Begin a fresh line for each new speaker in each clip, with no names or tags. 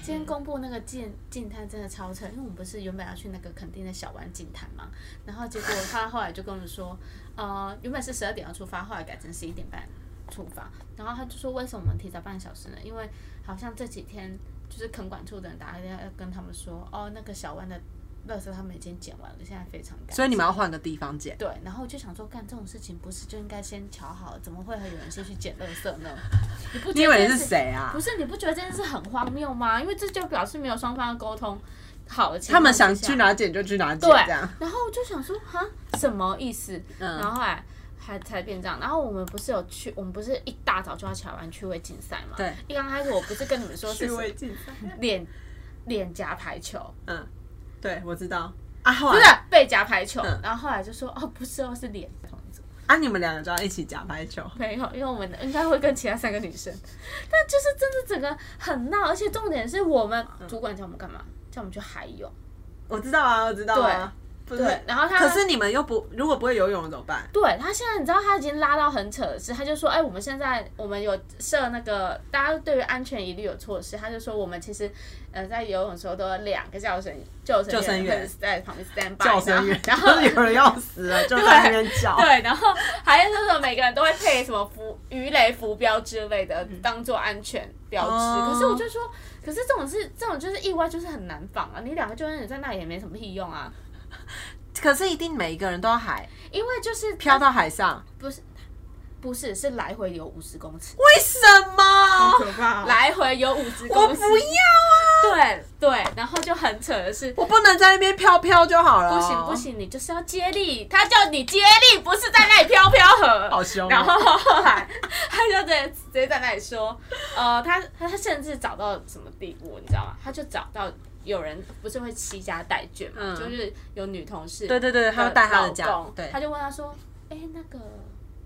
今天公布那个静静态真的超扯，因为我们不是原本要去那个垦丁的小湾静态嘛，然后结果他后来就跟我们说，呃，原本是十二点要出发，后来改成十一点半出发，然后他就说为什么我们提早半小时呢？因为好像这几天就是垦管处的人打电话要跟他们说，哦，那个小湾的垃圾他们已经捡完了，现在非常干净。
所以你们要换个地方捡。
对，然后我就想说，干这种事情不是就应该先瞧好，怎么会还有人先去捡垃圾呢？你不觉
你以
得
为
这
你
件
是
事
谁啊
不？是，你不觉得这件事很荒谬吗？因为这就表示没有双方的沟通好的情
他们
况
想
之下
去哪捡就去哪捡，
啊对
这样。，嗯
然后我就想说，哈，什么意思？然后后来还才变这样。然后我们不是有去，我们不是一大早就要抢完趣味竞赛嘛？
对。
一刚开始我不是跟你们 说是什么
竞赛。
脸脸颊排球，
嗯，对，我知道。啊，后
不是
来
背夹排球，然后后来就说哦，不是哦，是脸。
嗯啊，你们两个就要一起假排球。
没有，因为我们应该会跟其他三个女生，但就是真的整个很闹，而且重点是我们
嗯
主管叫我们干嘛？叫我们去海泳。
我知道啊，我知道啊。不是
对，然后他
可是你们又不，如果不会游泳怎么办？
对他现在，你知道他已经拉到很扯的是，他就说，哎、我们现在我们有设那个，大家对于安全疑虑有措施，他就说我们其实，呃，在游泳的时候都有两个救生救生
救生员
员会在 旁边 stand by，
救生员，
然后然后
就是有人要死 了，就在那边叫。
对，然后还有就是每个人都会配什么浮鱼雷浮标之类的，当做安全标志。
嗯哦
可是我就说，可是这种是这种就是意外，就是很难防啊！你两个就算在那里也没什么屁用啊，
可是一定每一个人都要海
因为就是
飘到海上，
不是不是是来回游五十公尺，
为什么？可怕！
来回游五十
我
公尺，
不要啊！
对对，然后就很扯的是。
我不能在那边飘飘就好了。
不行不，行，你就是要接力，他叫你接力，不是在那里飘飘河。
好凶哦
然后后 来他就在直接在那里说，呃，他他他甚至找到什么地步，你知道吗？他就找到有人不是会欺家带眷嘛，
嗯
就是有女同事，
对对对，他会带他的家
老公，
对
他，就问他说，哎、那个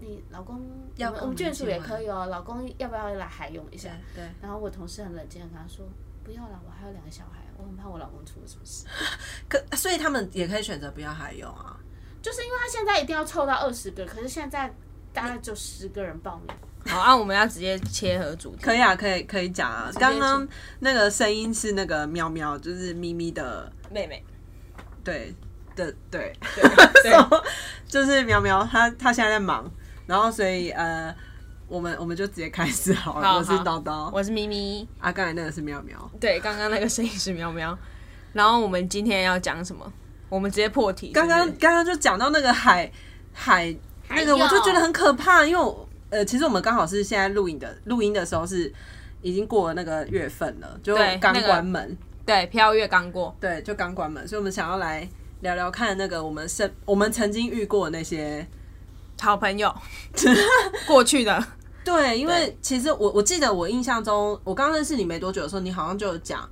你老公
要
我们
跟
我
我
们
们
眷
一起
属也
玩
可以哦，老公要不要来海泳一下？
对。
然后我同事很冷静的跟他说，不要了，我还有两个小孩，我很怕我老公出了什么事。
可啊所以他们也可以选择不要海泳啊。
就是因为他现在一定要凑到二十个，可是现在大概就十个人报名。
好，啊，我们要直接切合主题。
可以啊，可以可以讲啊。刚刚那个声音是那个喵喵，就是咪咪的，
妹妹，
对 的对，
对
就是喵喵，他他现在在忙，然后所以呃，我们我们就直接开始好了。
好
我是叨叨，
我是咪咪。
啊，刚才那个是喵喵，
对，刚刚那个声音是喵喵。然后我们今天要讲什么？我们直接破题。
刚刚
是不是
刚刚就讲到那个海海那
有
个，我就觉得很可怕，因为我呃，其实我们刚好是现在录影的，录音的时候是已经过了那个月份了，就
对
刚
那个
关门。
对哎飘月刚过，
对，就刚关门，所以我们想要来聊聊看那个我们是我们曾经遇过的那些。
好朋友过去的，
对，因为其实我我记得我印象中，我刚认识你没多久的时候，你好像就有讲，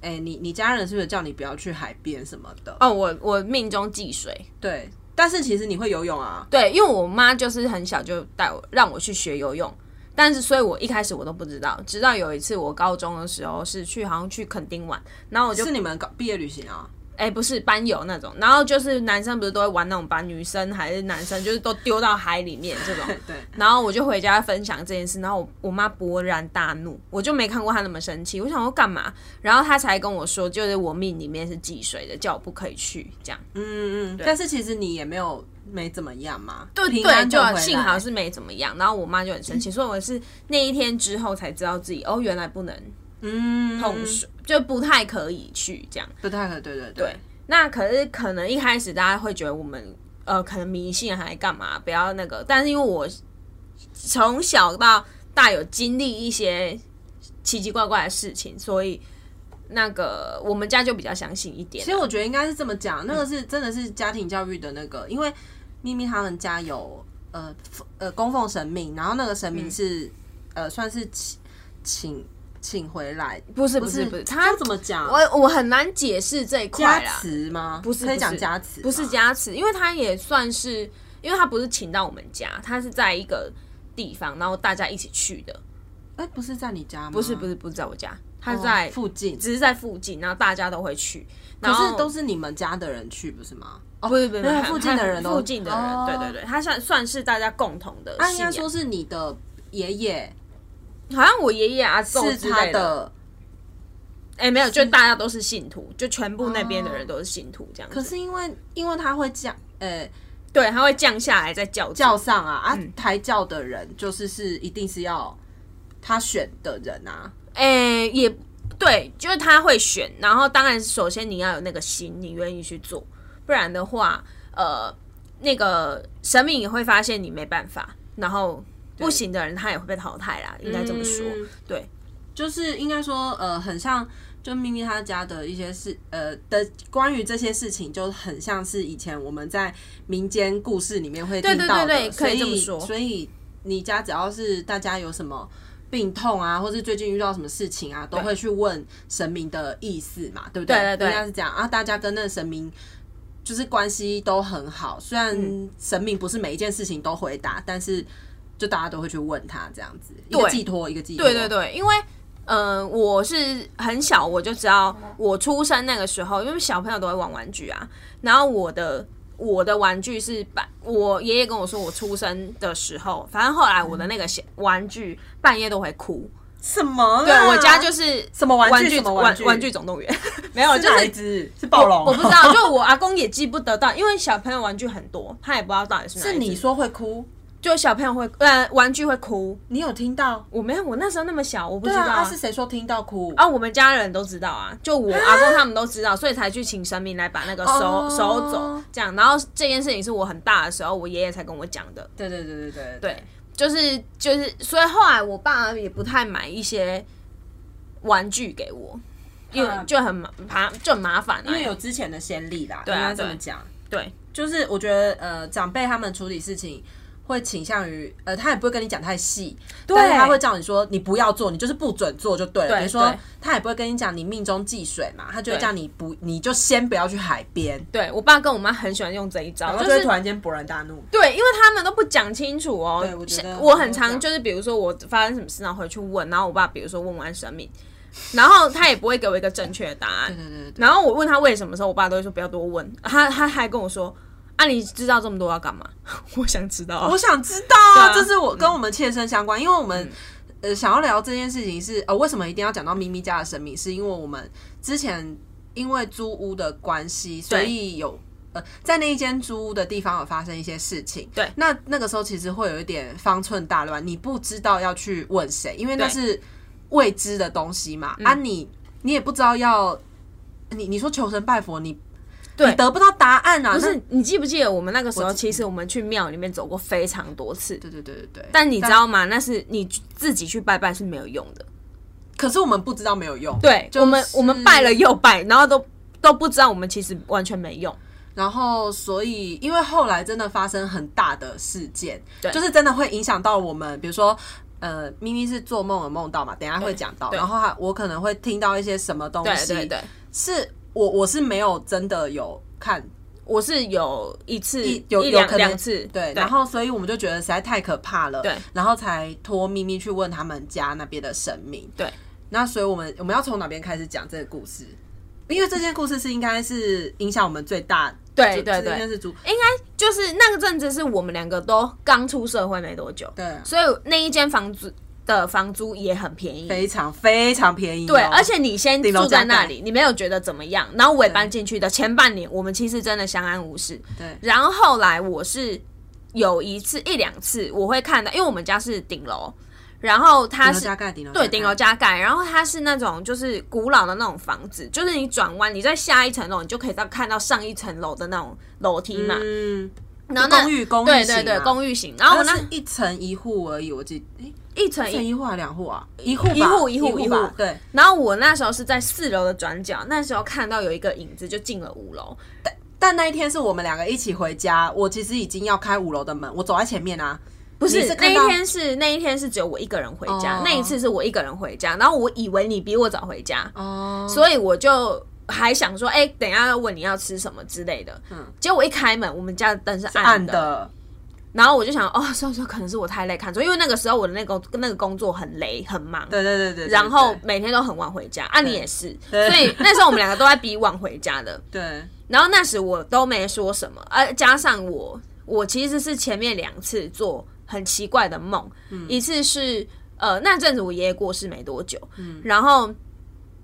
哎、你你家人是不是叫你不要去海边什么的？
哦，我我命中忌水，
对，但是其实你会游泳啊，
对，因为我妈就是很小就带我让我去学游泳，但是所以我一开始我都不知道，直到有一次我高中的时候是去好像去垦丁玩，然后我就是
你们搞毕业旅行啊？
哎、不是班游那种，然后就是男生不是都会玩那种，把女生还是男生就是都丢到海里面这种。
对，
然后我就回家分享这件事，然后我我妈勃然大怒，我就没看过她那么生气，我想说干嘛？然后她才跟我说，就是我命里面是忌水的，叫我不可以去这样。
嗯嗯，但是其实你也没有没怎么样嘛，对平
对，
安嗯
就
就回来
幸好是没怎么样。然后我妈就很生气，所以我是那一天之后才知道自己哦，原来不能
嗯
碰水，就不太可以去这样。
不太可，对对对，
那可是可能一开始大家会觉得我们呃，可能迷信还干嘛，不要那个。但是因为我从小到大有经历一些奇奇怪怪的事情，所以那个我们家就比较相信一点啊嗯
其。实我觉得应该是这么讲，那个是真的是家庭教育的那个，因为咪咪他们家有呃奉呃供奉神明，然后那个神
嗯
明是、呃算是请请请回来，
不是
不
不是不是，
他
他呃
怎么讲？
我我很难解释这一块
加
啦。
持吗？
不是
可以
不
讲
是
加持吗，
不是加持，因为他也算是，因为他不是请到我们家，他是在一个地方，然后大家一起去的。
哎、不是在你家吗？
不是不
是
是不是在我家，他是在
附近，哦
只是在哦附近，然后大家都会去，
可
然后
是都是你们家的人去不是吗？
哦，不是不是，
那
他
附近的人都
附近的人，
哦啊
对对对，他算算是大家共同的
他应
信
该
仰，
说是你的爷爷
好像我爷爷阿祖
是
哦之
他
类
的。
哎、没有，就大家都是信徒，就全部那边的人都是信徒这样子。
哦可是因为因为他会降，呃，
对，他会降下来再教
教
教
上啊啊，抬轿的人就是是一定是要他选的人啊，
哎、也对，就是他会选，然后当然首先你要有那个心，你愿意去做，不然的话，呃，那个神明也会发现你没办法，然后不行的人他也会被淘汰啦，应该这么说。
嗯
对，
就是应该说呃，很像就咪咪他家的一些事呃的关于这些事情，就很像是以前我们在民间故事里面会听
对
到的，
对对
所
可以这么说
所以你家只要是大家有什么。病痛啊，或是最近遇到什么事情啊，都会去问神明的意思嘛，对不对？
对对对
应该是这样啊。大家跟那个神明就是关系都很好，虽然
嗯
神明不是每一件事情都回答，但是就大家都会去问他这样子，一个
对
寄托，一个寄托。
对对对，因为。嗯，我是很小我就知道，我出生那个时候，因为小朋友都会玩玩具啊。然后我的我的玩具是半，我爷爷跟我说，我出生的时候，反正后来我的那个小玩具半夜都会哭。
什么啦？
对我家就是
什么玩具
嗯玩具
什么玩
玩
具
玩具总动员， 没有就是
哪一只是暴龙，
我不 知道，就我阿公也记不得到，因为小朋友玩具很多，他也不知道到底是哪一
是你
只
说会哭，
就小朋友会呃玩具会哭，
你有听到？
我没有，我那时候那么小，我不知
对
道、
啊，啊是谁说听到哭？
啊，我们家人都知道啊，就我阿公他们都知道，所以才去请神明来把那个收、
哦
收走，这样。然后这件事情是我很大的时候，我爷爷才跟我讲的。
对对对对对
对，就是就是，所以后来我爸也不太买一些玩具给我，因为
啊
就很麻麻就很麻烦、啊，
因为有之前的先例啦，应
啊
该这么
对
讲。
对
就是我觉得呃，长辈他们处理事情会倾向于呃，他也不会跟你讲太细，对但是他会叫你说你不要做，你就是不准做就对了。
对
比如说
对
他也不会跟你讲你命中忌水嘛，他就会
对
叫你不，你就先不要去海边。
对，我爸跟我妈很喜欢用这一招，
然后
就
就会
是
突然间勃然大怒，
对，因为他们都不讲清楚哦。
对我觉得
像我很
很多这
常
样
就是，比如说我发生什么事，然后回去问，然后我爸比如说问完神明，然后他也不会给我一个正确的答案。
对对对对
然后我问他为什么的时候，我爸都会说不要多问。他他还跟我说：“啊，你知道这么多要干嘛？” 我想知道啊。
我想知道啊，
对啊嗯
这是我跟我们切身相关，因为我们、呃想要聊这件事情是呃为什么一定要讲到咪咪家的神明，是因为我们之前因为租屋的关系，所以有呃在那一间租屋的地方有发生一些事情，
对
那那个时候其实会有一点方寸大乱，你不知道要去问谁，因为那
对嗯
是未知的东西嘛，啊你你也不知道要你你说求神拜佛，你
对
你得不到答案啊，
不
那
是你记不记得我们那个时候，其实我们去庙里面走过非常多次，
对对对对对，
但你知道吗？那是你自己去拜拜是没有用的。
可是我们不知道没有用，
对，
就是
我们我们拜了又拜，然后都都不知道我们其实完全没用。
然后所以因为后来真的发生很大的事件，
对
就是真的会影响到我们，比如说。呃，咪咪是做梦有梦到嘛，等一下会讲到。
对
然后还我可能会听到一些什么东
对
西，
对对。
是我我是没有真的有看，
我是有一次
一有
一
有
两
可能
两次，
对，然后所以我们就觉得实在太可怕了，
对，
然后才托咪咪去问他们家那边的神明，
对。
那所以我们我们要从哪边开始讲这个故事？因为这件故事是应该是影响我们最大，
对
就
对
这
对
件事主
就是那个阵子是我们两个都刚出社会没多久，
对啊
所以那一间房租的房租也很便宜，
非常非常便宜哦、
对，而且你先
顶楼
住在
加盖
那里，你没有觉得怎么样，然后我也搬进去的前半年，我们其实真的相安无事，
对
然后后来我是有一次一两次我会看到，因为我们家是顶楼，然后它
顶楼
是
加盖，顶楼
对，
加盖
顶楼加盖，然后它是那种就是古老的那种房子，就是你转弯，你在下一层楼，你就可以到看到上一层楼的那种楼梯嘛。
嗯，
然后那
公寓公寓
对
型
对对，
嘛
公寓型。然后我
它
那
是一层一户而已，我记得，诶
一层
一层
一，
一户还是两户啊？一户吧
一户一户
一
一户
对，
然后我那时候是在四楼的转角，那时候看到有一个影子就进了五楼，
但那一天是我们两个一起回家，我其实已经要开五楼的门，我走在前面啊。
不
你
是
是
那
看
一
到
天是那一天是只有我一个人回家，
哦
那一次是我一个人回家，然后我以为你比我早回家，
哦，
所以我就还想说，哎、等一下要问你要吃什么之类的。嗯，结果我一开门，我们家的灯是
暗
暗的。
的，
然后我就想，哦， 算了算了，可能是我太累看错，因为那个时候我的那个那个工作很累很忙，
对对对对。对
然后
对
每天都很晚回家，啊，你也是，
对
所以那时候我们两个都在比晚回 家的。
对
然后那时我都没说什么，而加上
嗯
我，我其实是前面两次做很奇怪的梦，一次是呃，那阵子我爷爷过世没多久，
嗯
然后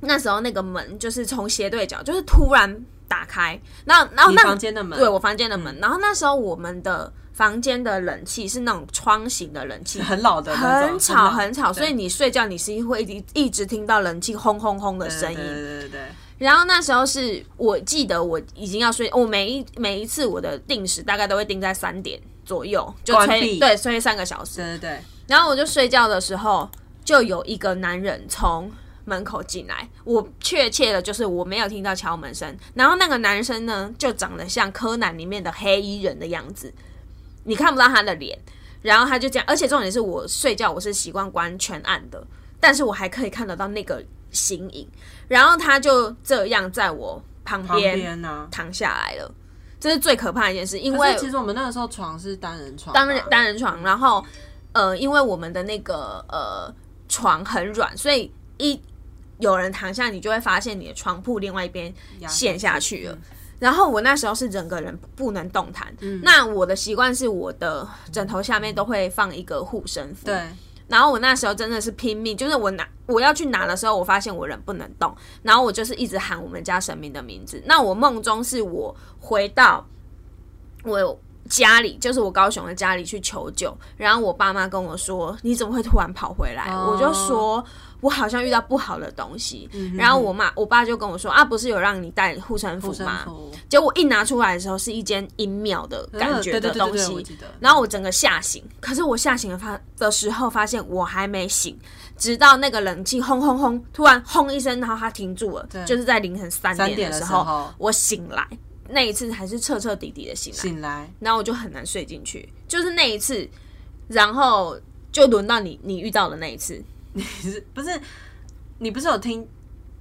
那时候那个门就是从斜对角，就是突然打开，然后然后
你
那
房间的门
对我房间的
嗯
门，然后那时候我们的房间的冷气是那种窗型的冷气，
很老的那种，
很吵
老
很吵，所以你睡觉你是会一直一直听到冷气轰轰轰的声
对对
音。
对对对，
然后那时候是我记得我已经要睡，我每一每一次我的定时大概都会定在三点左右，就
关
吹
闭
对吹三个小时。
对对对，
然后我就睡觉的时候，就有一个男人从门口进来，我确切的就是我没有听到敲门声。然后那个男生呢，就长得像柯南里面的黑衣人的样子，你看不到他的脸。然后他就这样，而且重点是我睡觉我是习惯关全暗的，但是我还可以看得到那个形影。然后他就这样在我旁
旁
边
边呢、
躺下来了，这是最可怕的一件事，因
可
为
是其实我们那个时候床是单人床吧，
单人单人床，然后呃，因为我们的那个呃床很软，所以一有人躺下，你就会发现你的床铺另外一边陷下去了。然后我那时候是整个人不能动弹，那我的习惯是我的枕头下面都会放一个护身符，
对，
然后我那时候真的是拼命，就是我拿我要去拿的时候，我发现我人不能动，然后我就是一直喊我们家神明的名字。那我梦中是我回到我家里，就是我高雄的家里去求救，然后我爸妈跟我说：“你怎么会突然跑回来？”
哦
我就说。我好像遇到不好的东西，然后我妈我爸就跟我说啊，不是有让你带护身
嗯
符
护身
吗？
符
结果一拿出来的时候，是一间阴庙的感觉的
嗯对对对对
东
对我
西
记得。
然后我整个吓醒，可是我吓醒了发的时候，发现我还没醒，直到那个冷气轰轰轰，突然轰一声，然后它停住了，就是在凌晨三
三
点
点
的
的
时
时
候，
候
我醒来。那一次还是彻彻底底的醒来，
醒来，
然后我就很难睡进去，就是那一次，然后就轮到你你遇到的那一次，
其实不是你不是有听？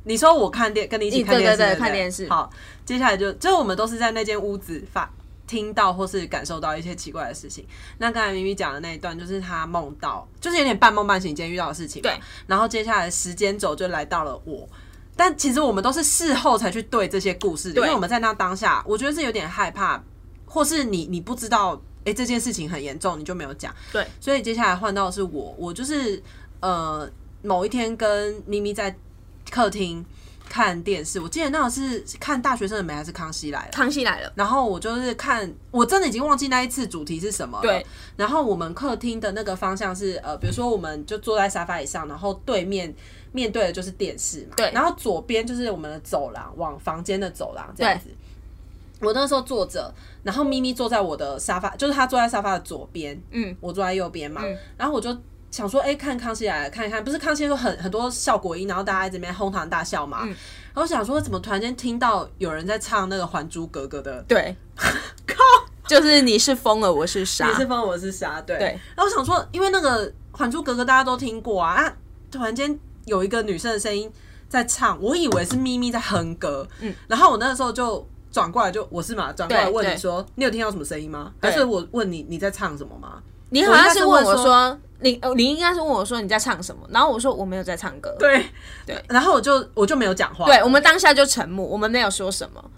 你说我看电跟你一起看
嗯对
电视，
对对
不
看电视
好，接下来就就我们都是在那间屋子发听到或是感受到一些奇怪的事情。那刚才咪咪讲的那一段，就是她梦到，就是有点半梦半醒间遇到的事情嘛。
对
然后接下来时间轴就来到了我。但其实我们都是事后才去对这些故事的，因为我们在那当下，我觉得是有点害怕，或是你你不知道，哎、这件事情很严重，你就没有讲。
对，
所以接下来换到的是我，我就是呃某一天跟咪咪在客厅看电视，我记得那个是看《大学生的美》还是《康熙来了》。
康熙 来了，
然后我就是看，我真的已经忘记那一次主题是什么了。
对。
然后我们客厅的那个方向是，呃，比如说我们就坐在沙发椅上，然后对面面对的就是电视嘛。
对
然后左边就是我们的走廊，往房间的走廊这样子。我那时候坐着，然后咪咪坐在我的沙发，就是她坐在沙发的左边，
嗯，
我坐在右边嘛。然后我就想说，哎、看康熙来了，看一看，不是康熙都很很多效果音，然后大家在这边哄堂大笑
嗯
嘛。然后想说，怎么突然间听到有人在唱那个《还珠格格》的
对，就是你是疯了，我是傻，
你是疯，我是傻，对。
对
然后我想说，因为那个《还珠格格》大家都听过啊，啊突然间有一个女生的声音在唱，我以为是咪咪在哼歌，嗯，然后我那时候就转过来就我是嘛，转过来
对
问
对
你说，你有听到什么声音吗？
对
还是我问你你在唱什么吗？
你好像是问我
我应该是问
说，你呃你应该是问我说你在唱什么，然后我说我没有在唱歌，对，
对
对，
然后我就我就没有讲话，，
我们当下就沉默，我们没有说什么。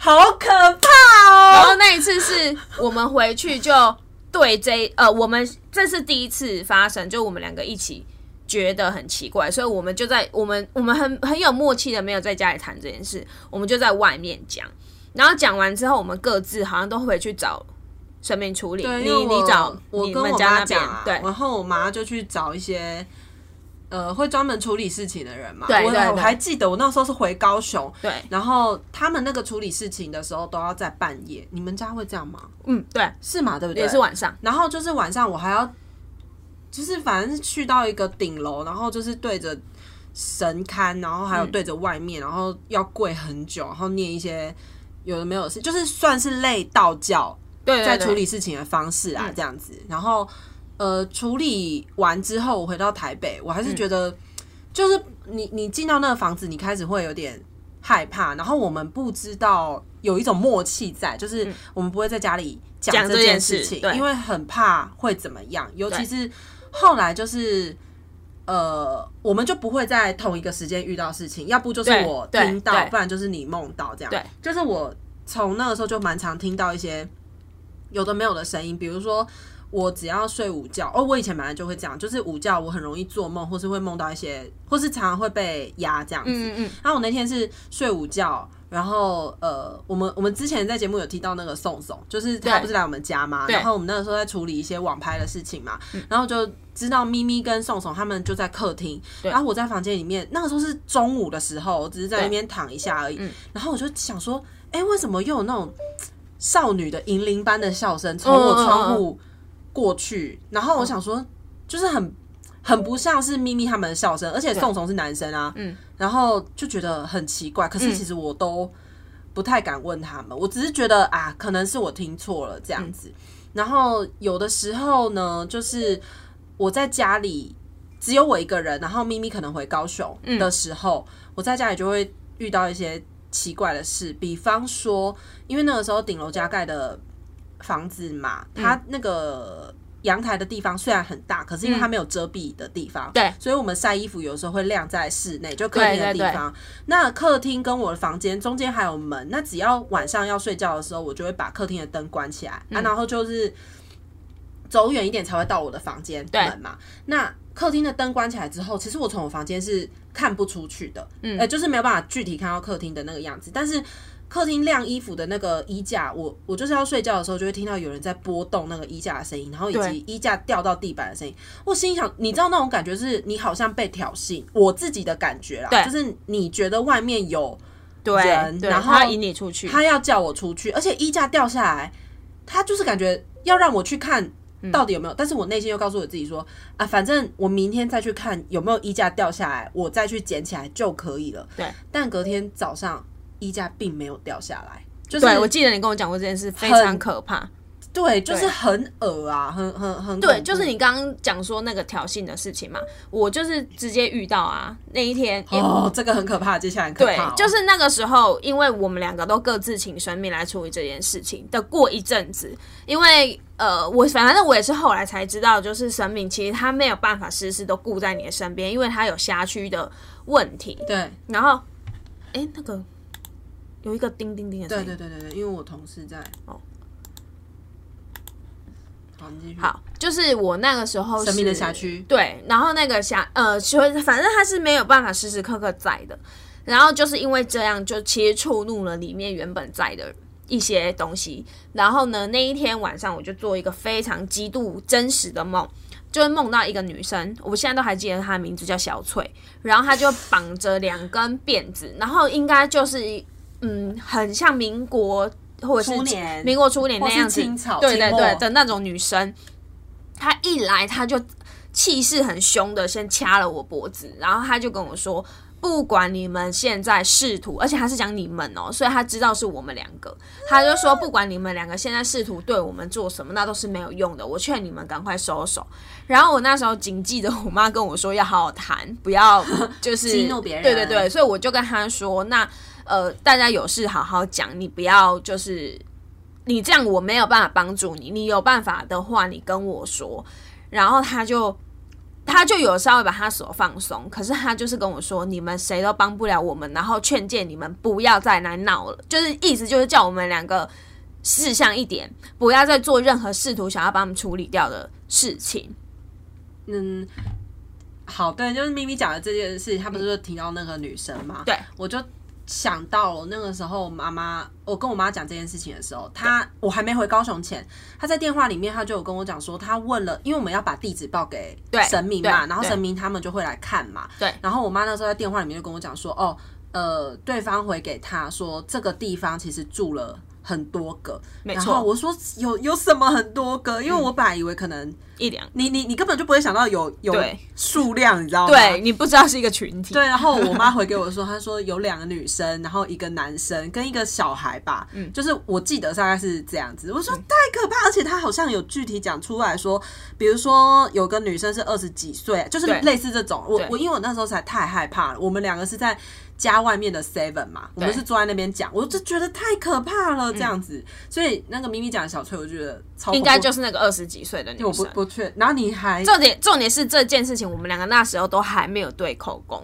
好可
然
怕哦，
后那一次是我们回去就对这呃，我们这是第一次发生，就我们两个一起觉得很奇怪，所以我们就在我们我们很很有默契的没有在家里谈这件事，我们就在外面讲。然后讲完之后，我们各自好像都回去找神明处理。
对，
你
因为
你
我
找
我
你
跟
们
我
家
妈
那边
讲啊，
对
然后我妈就去找一些呃会专门处理事情的人嘛。
对
我
对
我
对
还记得我那时候是回高雄，
对，
然后他们那个处理事情的时候都要在半夜。你们家会这样吗？
嗯对，
是嘛？对不对？
也是。晚上。
然后就是晚上我还要，就是反正是去到一个顶楼，然后就是对着神龛，然后还有
嗯
对着外面，然后要跪很久，然后念一些有的没有的事，就是算是类道教。
对对对嗯
在处理事情的方式啊，这样子。然后呃，处理完之后，我回到台北，我还
嗯
是觉得，就是你你进到那个房子，你开始会有点害怕。然后我们不知道有一种默契在，就是我们不会在家里
嗯讲
讲
这件
件
事
事情
对，
因为很怕会怎么样，尤
对
其是后来就是。呃，我们就不会在同一个时间遇到事情，要不就是
对
我
对
听到
对，
不然就是你梦到这样。
对，
就是我从那个时候就蛮常听到一些有的没有的声音，比如说我只要睡午觉，哦，我以前本来就会这样，就是午觉我很容易做梦，或是会梦到一些，或是常常会被压这样子。
嗯嗯
然后我那天是睡午觉，然后呃，我们我们之前在节目有提到那个宋宋，就是他
对嗯
不是来我们家嘛，然后我们那个时候在处理一些网拍的事情嘛，然后就知道咪咪跟宋宋他们就在客厅，然后我在房间里面，那个时候是中午的时候，我只是在那边躺一下而
嗯
已，然后我就想说，哎、为什么又有那种少女的银铃般的笑声从我窗户过去？然后我想说，就是很。很不像是咪咪他们的笑声，而且宋宋是男生啊，
嗯
然后就觉得很奇怪。可是其实我都不太敢问他们，我只是觉得啊，可能是我听错了这样子。然后有的时候呢，就是我在家里只有我一个人，然后咪咪可能回高雄
嗯
的时候，我在家里就会遇到一些奇怪的事，比方说，因为那个时候顶楼加盖的房子嘛，
嗯
它那个。阳台的地方虽然很大，可是因为它没有遮蔽的地方，
对
所以我们晒衣服有时候会晾在室内，就客厅的
对
地
对对
方。那客厅跟我的房间中间还有门，那只要晚上要睡觉的时候，我就会把客厅的灯关起来、啊，然后就是走远一点才会到我的房间门嘛。那客厅的灯关起来之后，其实我从我房间是看不出去的，嗯，就是没有办法具体看到客厅的那个样子，但是。客厅晾衣服的那个衣架，我我就是要睡觉的时候，就会听到有人在拨动那个衣架的声音，然后以及衣架掉到地板的声音。我心想，你知道那种感觉是你好像被挑衅，我自己的感觉啦，就是你觉得外面有人
对，对
然后
他引你出去，
他要叫我出去，而且衣架掉下来，他就是感觉要让我去看
嗯
到底有没有，但是我内心又告诉我自己说啊，反正我明天再去看有没有衣架掉下来，我再去捡起来就可以了。
对，
但隔天早上衣架并没有掉下来，就是
对我记得你跟我讲过这件事，非常可怕。
对，就是很恶啊，很很很
对，
对
就是你刚刚讲说那个挑衅的事情嘛，我就是直接遇到啊，那一天也
哦，这个很可怕，接下来很可
对
怕哦、，
就是那个时候，因为我们两个都各自请神明来处理这件事情的。过一阵子，因为呃，我反正我也是后来才知道，就是神明其实他没有办法时时都顾在你的身边，因为他有辖区的问题。
对
然后，哎、那个有一个叮叮叮的声
对
音，
对对对对，因为我同事在哦。好，你继续。
好，就是我那个时候
神嗯秘的
是
辖区
对，然后那个辖呃，其实反正他是没有办法时时刻刻在的，然后就是因为这样，就其实触怒了里面原本在的一些东西。然后呢，那一天晚上我就做一个非常极度真实的梦，就是梦到一个女生，我现在都还记得她的名字叫小翠，然后她就绑着两根辫子，然后应该就是嗯，很像民国或者是
初年
民国初年那
或是
样子，
清朝
对对
清末
对的那种女生，她一来她就气势很凶的先掐了我脖子，然后她就跟我说。不管你们现在试图，而且她是讲你们哦，所以她知道是我们两个，她就说不管你们两个现在试图对我们做什么，那都是没有用的。我劝你们赶快收手。然后我那时候谨记着我妈跟我说要好好谈，不要就是
激怒别人
对对对，所以我就跟她说，那呃，大家有事好好讲，你不要就是你这样我没有办法帮助你，你有办法的话你跟我说。然后他就他就有稍微把他手放松，可是他就是跟我说，你们谁都帮不了我们，然后劝诫你们不要再来闹了，就是意思就是叫我们两个事项一点，不要再做任何试图想要把我们处理掉的事情。
嗯，好，对，就是咪咪讲的这件事，她不是就提到那个女生嘛？
对，
我就想到我那个时候妈妈，我跟我妈讲这件事情的时候，她我还没回高雄前，她在电话里面，她就有跟我讲说，她问了，因为我们要把地址报给
对
神明嘛，
对
然后
对
神明他们就会来看嘛。
对
然后我妈那时候在电话里面就跟我讲说，哦，呃，对方回给她说，这个地方其实住了。很多个，
没
然
错嗯
后我说有有什么很多个？因为我本来以为可能
一两，
你你你根本就不会想到有有
对
数量，你知道吗？
对你不知道是一个群体，
对。然后我妈回给我说，她说有两个女生，然后一个男生跟一个小孩吧，嗯，就是我记得大概是这样子。我
嗯
说太可怕，而且她好像有具体讲出来说，比如说有个女生是二十几岁，就是
对
类似这种。我
对
我因为我那时候才太害怕了，我们两个是在家外面的 Seven 嘛，我们
对
是坐在那边讲，我就觉得太可怕了，这样子。所以那个咪咪讲的小翠，我觉得超
嗯应该
恐怖
就是那个二十几岁的女
我不
生。
不确，然后你还
重点重点是这件事情，我们两个那时候都还没有对口供，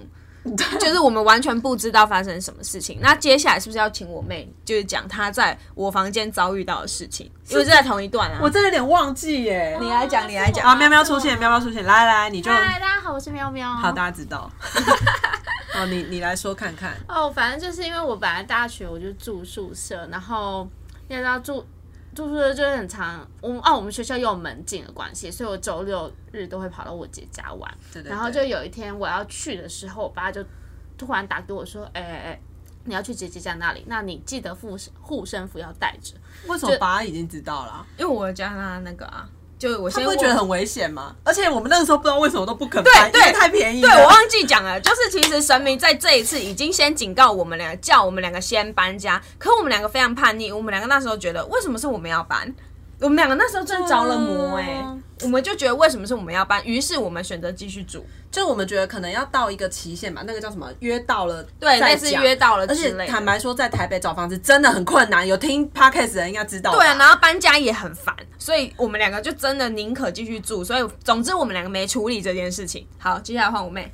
就是我们完全不知道发生什么事情。那接下来是不是要请我妹，就是讲她在我房间遭遇到的事情？因为是在同一段啊。
我真的有点忘记耶。
你来讲，你来讲
啊，喵喵出
哦
现，喵喵出现，来来来，你就
嗨，大家好，我是喵喵。
好，大家知 道。哦，你你来说看看。
哦，反正就是因为我本来大学我就住宿舍，然后你也知道住住宿舍就是很长，我们哦我们学校又有门禁的关系，所以我周六日都会跑到我姐家玩。
对对
然后就
对
有一天我要去的时候，我爸就突然打给我说：“哎哎哎，你要去姐姐家那里，那你记得护护身符要带着。
为什么爸已经知道了？
因为我加她那个啊，就我
他
先
不会觉得
问
很危险吗？而且我们那个时候不知道为什么都不肯拍，
对
因为太便宜了。
对我忘记讲了，就是其实神明在这一次已经先警告我们两个，叫我们两个先搬家。可我们两个非常叛逆，我们两个那时候觉得为什么是我们要搬？我们两个那时候真的着了魔哎、
嗯
我们就觉得为什么是我们要搬？于是我们选择继续住。
就我们觉得可能要到一个期限吧，那个叫什么约到了，
对
再
类似
讲
约到了
而
之
且
类的
坦白说，在台北找房子真的很困难，有听 podcast 的人应该知道吧。
对啊，然后搬家也很烦，所以我们两个就真的宁可继续住。所以总之我们两个没处理这件事情。好，接下来换我妹。”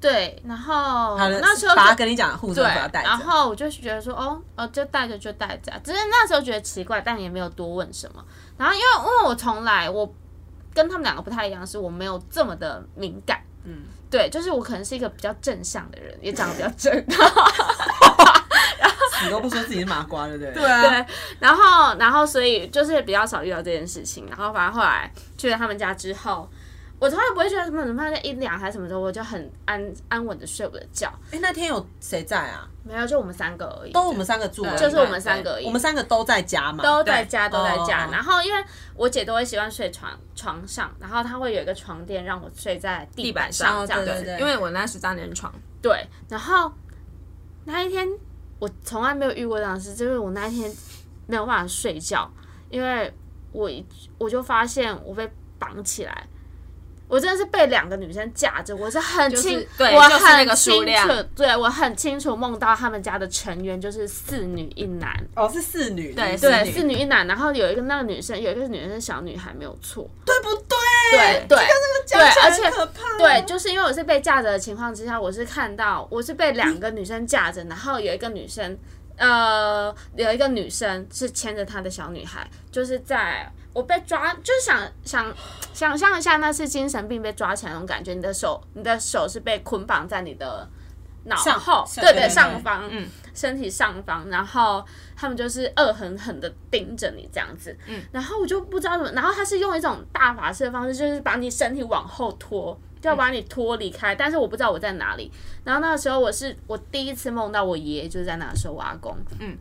对，然后
好了，
那时候就
爸呃跟你讲，护身
对
符要，带着。
然后我就觉得说，哦，哦，就带着就带着啊，只是那时候觉得奇怪，但也没有多问什么。然后因为因为我从来我跟他们两个不太一样，是我没有这么的敏感，嗯，对，就是我可能是一个比较正向的人，也长得比较 正，
你都不说自己是麻瓜，对不对？
对
对
啊，
然后，然后，所以就是比较少遇到这件事情。然后，反正后来去了他们家之后，我从来不会觉得什么怎么办，在一两还是什么时候，我就很安安稳的睡我的觉。
哎、那天有谁在啊？
没有，就我们三个而已，
哦都我们三个住而已，
就是我们三个而已
我们三个都在家嘛，
都在家，都在家。
哦
然后，因为我姐都会喜欢睡床床上，然后她会有一个床垫让我睡在地板上，
地板上
这样子。
对对
因为我那十三人床，
对，然后那一天我从来没有遇过这样的事，就是我那一天没有办法睡觉，因为我一我就发现我被绑起来，我真的是被两个女生架着，我是很
就是
清，
对
我
就是那
很
个数
清
量
楚，对我很清楚梦到他们家的成员就是四女一男，
哦是四女，
对
四
对，
女
四女一男，然后有一个那个女生，有一个女生是小女孩，没有错，
对不对？
对对。
这样
对
讲
而
起
且
来很可怕，
对，就是因为我是被架着的情况之下，我是看到我是被两个女生架着，然后有一个女生，呃，有一个女生是牵着她的小女孩，就是在我被抓，就是想想想象一下那是精神病被抓起来那种感觉，你的手你的手是被捆绑在你的脑
上
后，
上
对
对对
上方，
嗯
身体上方，然后他们就是恶狠狠的盯着你这样子，嗯，然后我就不知道怎么，然后他是用一种大法式的方式，就是把你身体往后拖，就要把你拖离开，但是我不知道我在哪里。然后那个时候我是我第一次梦到我爷爷，就是在那时候我阿公，嗯。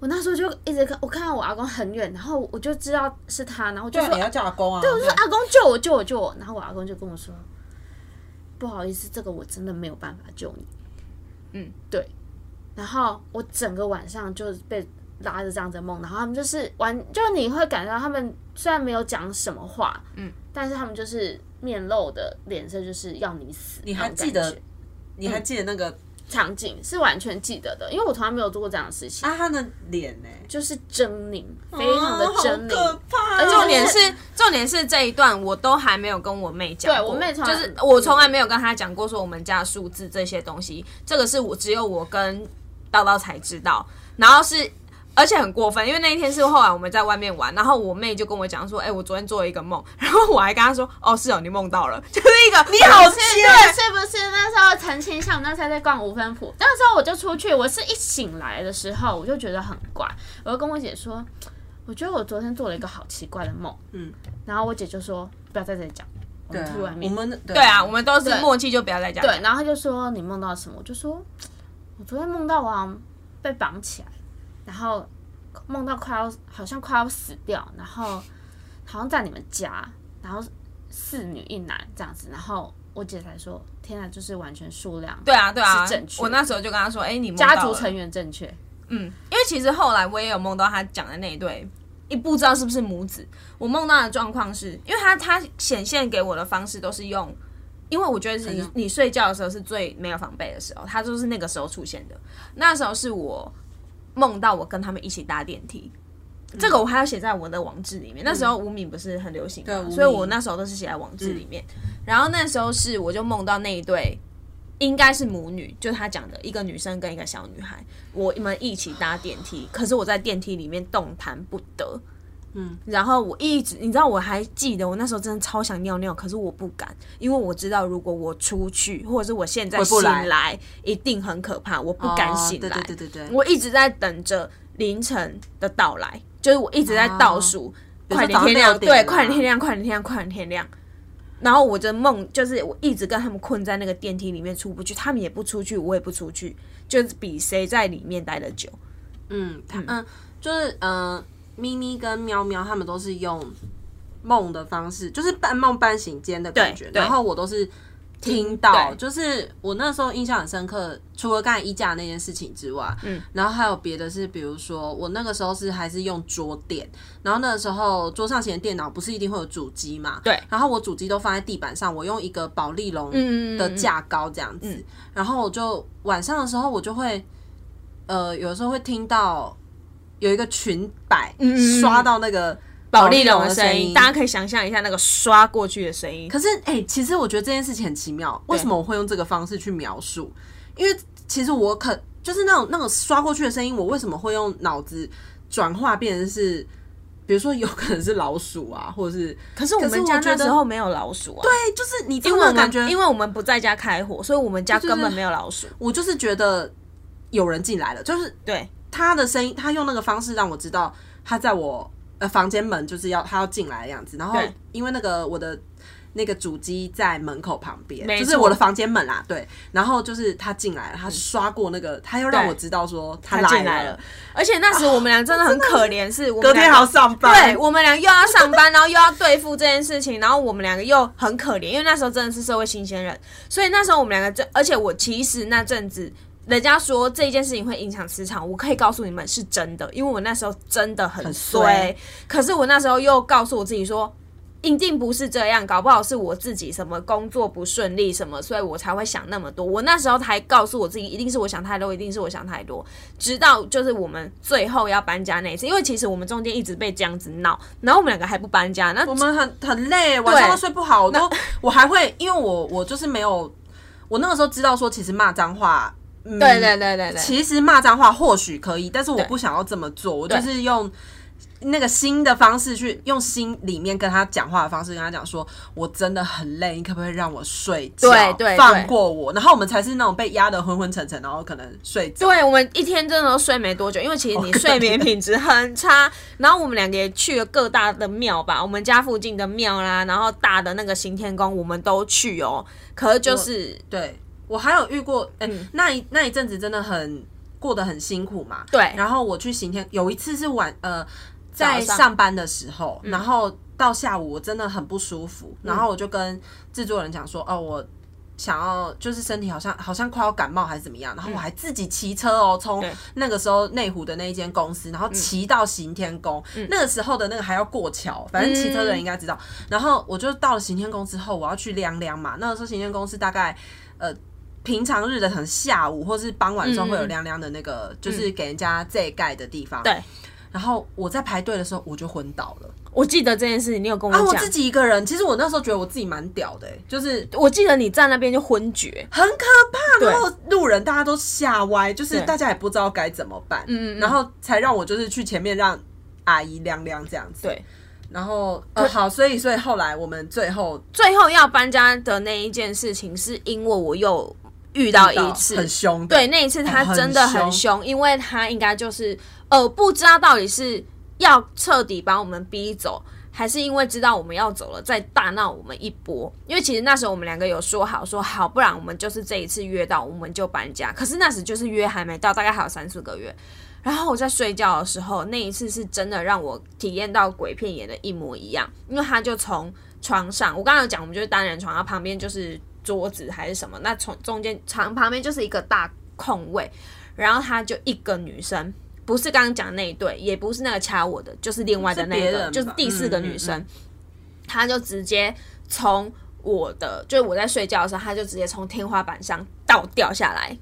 我那时候就一直看，我看到我阿公很远，然后我就知道是他，然后我就
对啊，
说
你要叫阿公啊，对，我
就是阿公救我救我救我，然后我阿公就跟我说，不好意思，这个我真的没有办法救你。
嗯，
对。然后我整个晚上就是被拉着这样子的梦，然后他们就是完，就是你会感觉到他们虽然没有讲什么话，嗯，但是他们就是面露的脸色就是要你死那
你
种
还
感觉。
记得你还记得那个
场景是完全记得的，因为我从来没有做过这样的事情，
啊他的脸呢？
就是狰狞，非常的
啊好
狰狞。
可怕
而且
重
重
点
点
是
是
重点是这一段我都还没有跟我妹讲过，
对我妹从来嗯
就是我从来没有跟她讲过说我们家的数字这些东西，这个是我只有我跟叨叨才知道，然后是。而且很过分，因为那一天是后来我们在外面玩，然后我妹就跟我讲说：“哎、我昨天做了一个梦。” 然后我还跟她说：“哦，是哦，你梦到了， 就是一个你
好
是
贱
对，是不是那时候陈清像那时候在逛五分埔，那时候我就出去，我是一醒来的时候我就觉得很怪，我就跟我姐说，我觉得我昨天做了一个好奇怪的梦，嗯，然后我姐就说不要在这里讲，我们去外
我
面，
们对
对啊，我们都是
对
默契，就不要再讲。
对，然后她就说你梦到什么，我就说我昨天梦到我好像被绑起来，然后梦到快要好像快要死掉，然后好像在你们家，然后四女一男这样子，然后我姐才说天啊，就是完全数量。
对啊，对啊
是正，确
我那时候就跟她说：“哎、你梦
家
到
族
了
成员正确，
嗯，因为其实后来我也有梦到他讲的那一对，也不知道是不是母子。我梦到的状况是，因为他他显现给我的方式都是用，因为我觉得是你你睡觉的时候是最没有防备的时候，他就是那个时候出现的。那时候是我梦到我跟他们一起搭电梯。这个我还要写在我的网志里面。那时候无名不是很流行嘛
无名
所以我那时候都是写在网志里面。然后那时候是我就梦到那一对应该是母女，就他讲的一个女生跟一个小女孩，我们一起搭电梯，可是我在电梯里面动弹不得。嗯，然后我一直，你知道，我还记得我那时候真的超想尿尿，可是我不敢，因为我知道如果我出去，或者是我现在
回不
醒
来
来，一定很可怕，我不敢醒来。
对哦对对对对，
我一直在等着凌晨的到来，就是我一直在倒数，
啊
快点天亮，
比如说早上六点啊
对，快点天亮，快点天亮，快点天亮。然后我的梦就是我一直跟他们困在那个电梯里面出不去，他们也不出去，我也不出去，就是比谁在里面待的久。
嗯，他嗯，就是嗯，咪咪跟喵喵他们都是用梦的方式，就是半梦半醒间的感觉。
对对
然后我都是听到，
对
就是我那时候印象很深刻，除了刚才衣架那件事情之外，嗯，然后还有别的是，比如说我那个时候是还是用桌垫，然后那个时候桌上型的电脑不是一定会有主机嘛，
对
然后我主机都放在地板上，我用一个保丽龙
嗯嗯嗯
的架高这样子，
嗯
然后我就晚上的时候我就会，呃，有的时候会听到有一个裙摆
嗯嗯嗯
刷到那个
保
保
利龙
的
的声音，
音，
大家可以想象一下那个刷过去的声音。
可是，哎、其实我觉得这件事情很奇妙，为什么我会用这个方式去描述？因为其实我可就是那种那种刷过去的声音，我为什么会用脑子转化变成是，比如说有可能是老鼠啊，或者是，
可是我
可是
们
我
家
觉
那
得
时候没有老鼠啊，对，
哎、就是你这
因为
种
我
感
们
觉，
因为我们不在家开火，所以我们家
对对
根本没有老鼠。
我就是觉得有人进来了，就是
对，
他的声音，他用那个方式让我知道他在我呃房间门就是要他要进来的样子。然后
对
因为那个我的那个主机在门口旁边，
没
就
错
是我的房间门啦，对。然后就是他进来了，他刷过那个，他又让
对
我知道说他
他
来
进来了，而且那时我们俩真的很可怜，是我
啊
们
隔天还
两
要
个
上班。
对我们俩又要上班，然后又要对付这件事情，然后我们两个又很可怜，因为那时候真的是社会新鲜人，所以那时候我们两个就，而且我其实那阵子。人家说这件事情会影响磁场，我可以告诉你们是真的，因为我那时候真的很衰。
衰
可是我那时候又告诉我自己说，一定不是这样，搞不好是我自己什么工作不顺利什么，所以我才会想那么多。我那时候还告诉我自己，一定是我想太多，一定是我想太多。直到就是我们最后要搬家那一次，因为其实我们中间一直被这样子闹，然后我们两个还不搬家，那
我们很很累，晚上都睡不好，我都我还会因为我我就是没有，我那个时候知道说其实骂脏话，嗯、
对对对对对，
其实骂脏话或许可以，但是我不想要这么做，我就是用那个新的方式去用心里面跟他讲话的方式跟他讲说，我真的很累，你可不可以让我睡觉？
对对
放过我。然后我们才是那种被压得昏昏沉沉，然后可能睡着。
对我们一天真的都睡没多久，因为其实你
哦
睡眠品质很差。然后我们两个也去了各大的庙吧，我们家附近的庙啦，然后大的那个行天宫我们都去哦。可是就是
对我还有遇过，哎、
嗯
那一那一阵子真的很过得很辛苦嘛。
对
然后我去行天，有一次是晚呃，在
早上嗯
上班的时候，然后到下午我真的很不舒服，然后我就跟制作人讲说，哦，我。想要就是身体好像好像快要感冒还是怎么样，然后我还自己骑车哦，从
嗯对嗯
那个时候内湖的那一间公司，然后骑到行天宫，那个时候的那个还要过桥，反正骑车的人应该知道。然后我就到了行天宫之后，我要去量量嘛，那个时候行天宫是大概呃平常日的可能下午或是傍晚的时候会有
嗯嗯
亮亮的那个，就是给人家这盖的地方。
对。
然后我在排队的时候，我就昏倒了。
我记得这件事情，你有跟我
啊，
讲。
我自己一个人，其实我那时候觉得我自己蛮屌的、欸就是
我记得你站那边就昏厥，
很可怕。
对
然后路人大家都吓歪，就是
对
大家也不知道该怎么办。
嗯嗯嗯
然后才让我就是去前面让阿姨亮亮这样子。
对。
然后呃好，所以所以后来我们最后
最后要搬家的那一件事情，是因为我又遇到啊一次
很凶的，
对，那一次他真的很凶，因为他应该就是呃，不知道到底是要彻底把我们逼走，还是因为知道我们要走了再大闹我们一波。因为其实那时候我们两个有说好，说好，不然我们就是这一次约到我们就搬家。可是那时就是约还没到，大概还有三四个月。然后我在睡觉的时候，那一次是真的让我体验到鬼片演的一模一样，因为他就从床上，我刚刚有讲，我们就是单人床，然啊后旁边就是桌子还是什么，那从中间床旁边就是一个大空位，然后他就一个女生，不是刚刚讲的那一对，也不是那个掐我的，就是另外的那
是别
一
人吧
个，就是第四个
嗯嗯
女生，
嗯
她就直接从我的，就是我在睡觉的时候，她就直接从天花板上倒掉下来，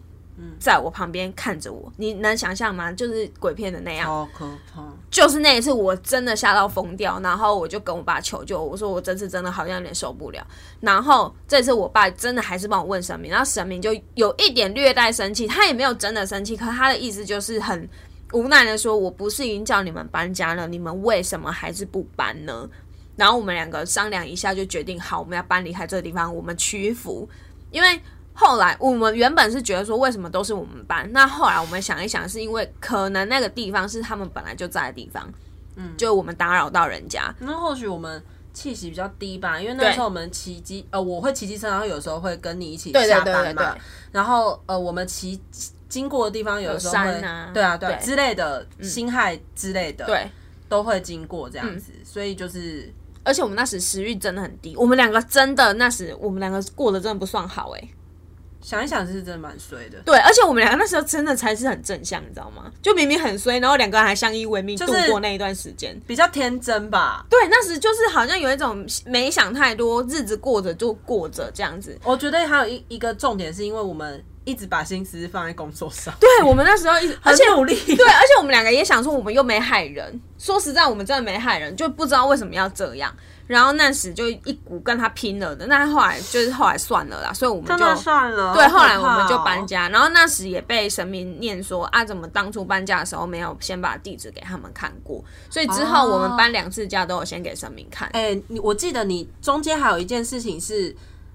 在我旁边看着我，你能想象吗？就是鬼片的那样，
好可怕。
就是那一次，我真的吓到疯掉，然后我就跟我爸求救，我说我这次真的好像有点受不了。然后这次我爸真的还是帮我问神明，然后神明就有一点略带生气，他也没有真的生气，可他的意思就是很无奈的说：“我不是已经叫你们搬家了，你们为什么还是不搬呢？”然后我们两个商量一下，就决定好，我们要搬离开这个地方，我们屈服，因为。后来我们原本是觉得说，为什么都是我们搬？那后来我们想一想，是因为可能那个地方是他们本来就在的地方，嗯，就我们打扰到人家，
那或许我们气息比较低吧，因为那时候我们骑机，呃，我会骑机车，然后有时候会跟你一起
对
下
对对
班
对
嘛
对。
然后呃，我们骑经过的地方，有的时候
有
会
山啊
对啊对啊
对嗯
之类的，辛亥之类的，
对，嗯
都会经过这样子，所以就是
而且我们那时食欲真的很低，我们两个真的那时我们两个过得真的不算好哎、
想一想是真的蛮衰的，
对，而且我们两个那时候真的才是很正向，你知道吗？就明明很衰，然后两个人还相依为命、
是
度过那一段时间。
比较天真吧。
对，那时就是好像有一种没想太多，日子过着就过着这样子。
我觉得还有一一个重点是因为我们一直把心思放在工作上，
对我们那时候一直，而且
很努力，
对，而且我们两个也想说，我们又没害人。说实在，我们真的没害人，就不知道为什么要这样。然后那时就一股跟他拼了的，那后来就是后来算了啦，所以我们就
真的算了。
对，
好可
后
怕
来我们就
哦
搬。家。然后那时也被神明念说啊，怎么当初搬家的时候没有先把地址给他们看过？所以之后我们搬两次家都有先给神明看。
哦哎、你我记得你中间还有一件事情是，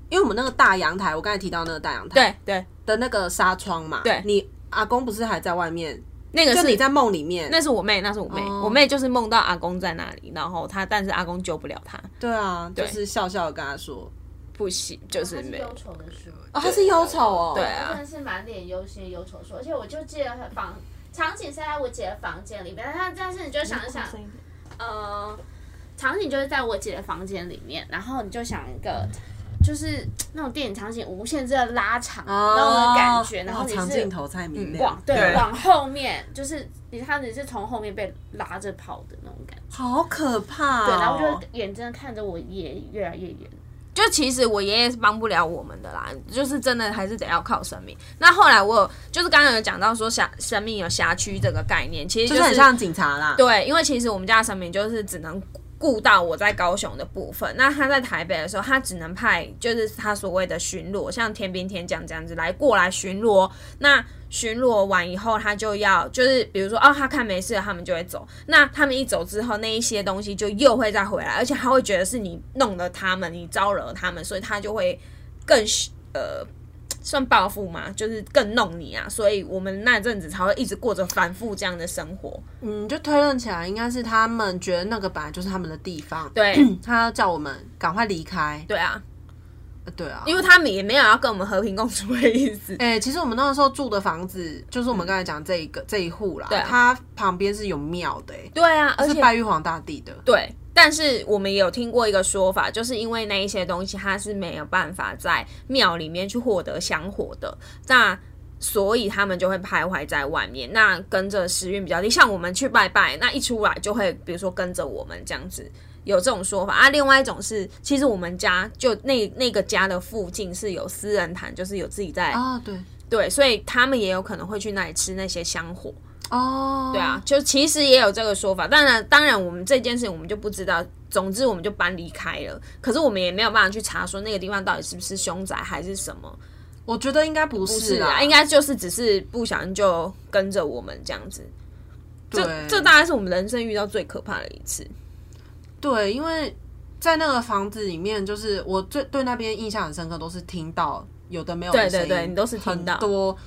因为我们那个大阳台，我刚才提到那个大阳台
对对，
的那个纱窗嘛，
对
你阿公不是还在外面，
那个
就是你在梦里面，
那是我妹，那是我妹，
哦
我妹就是梦到阿公在那里，然后她但是阿公救不了她，
对啊，就
对
是笑笑的跟他说，
不行，就是
他是
没有
忧。愁的书，
哦，他是忧愁哦，
对啊
我真的是满脸忧心的忧愁说，而且我就记得房场景是在我姐的房间里面，但她但是你就想一想，呃，场景就是在我姐的房间里面，然后你就想一个。就是那种电影场景无限制的拉长
哦，
那种感觉，然后
哇
你
长
是
镜头太明亮
往，对
对
往后面，就是你看你是从后面被拉着跑的那种感觉，
好可怕、哦，
对，然后就眼睁睁看着我爷越来越远，
就其实我爷爷是帮不了我们的啦，就是真的还是得要靠神明。那后来我有就是刚刚有讲到说辖神明有辖区这个概念，其实
就是
是
很像警察啦，
对，因为其实我们家的神明就是只能顾到我在高雄的部分，那他在台北的时候，他只能派就是他所谓的巡逻，像天兵天将这样子来过来巡逻。那巡逻完以后，他就要就是比如说哦，他看没事了，他们就会走。那他们一走之后，那一些东西就又会再回来，而且他会觉得是你弄了他们，你招惹他们，所以他就会更呃。算报复吗？就是更弄你啊！所以我们那阵子才会一直过着反复这样的生活。
嗯，就推论起来应该是他们觉得那个本来就是他们的地方，
对，
他要叫我们赶快离开，
对啊，
呃对啊，
因为他们也没有要跟我们和平共处的意思。
哎、其实我们那个时候住的房子，就是我们刚才讲这一个、这一户啦，
嗯对啊
它旁边是有庙的、欸，
对啊，而
是
且
拜玉皇大帝的，
对，但是我们也有听过一个说法，就是因为那一些东西它是没有办法在庙里面去获得香火的，那所以他们就会徘徊在外面。那跟着时运比较低，像我们去拜拜，那一出来就会比如说跟着我们这样子。有这种说法啊，另外一种是，其实我们家就那那个家的附近是有私人坛，就是有自己在、
哦，对，
对，所以他们也有可能会去那里吃那些香火。
哦，对
对啊，，就其实也有这个说法，当然，当然，我们这件事情我们就不知道。总之，我们就搬离开了。可是我们也没有办法去查说那个地方到底是不是凶宅还是什么，
我觉得应该不是
是
啦，
啊，应该就是只是不小心就跟着我们这样子。
对，
这大概是我们人生遇到最可怕的一次。
对，因为在那个房子里面，就是我最对那边印象很深刻，都是听到有的没有的
对对
声音
对你都是听到
很多。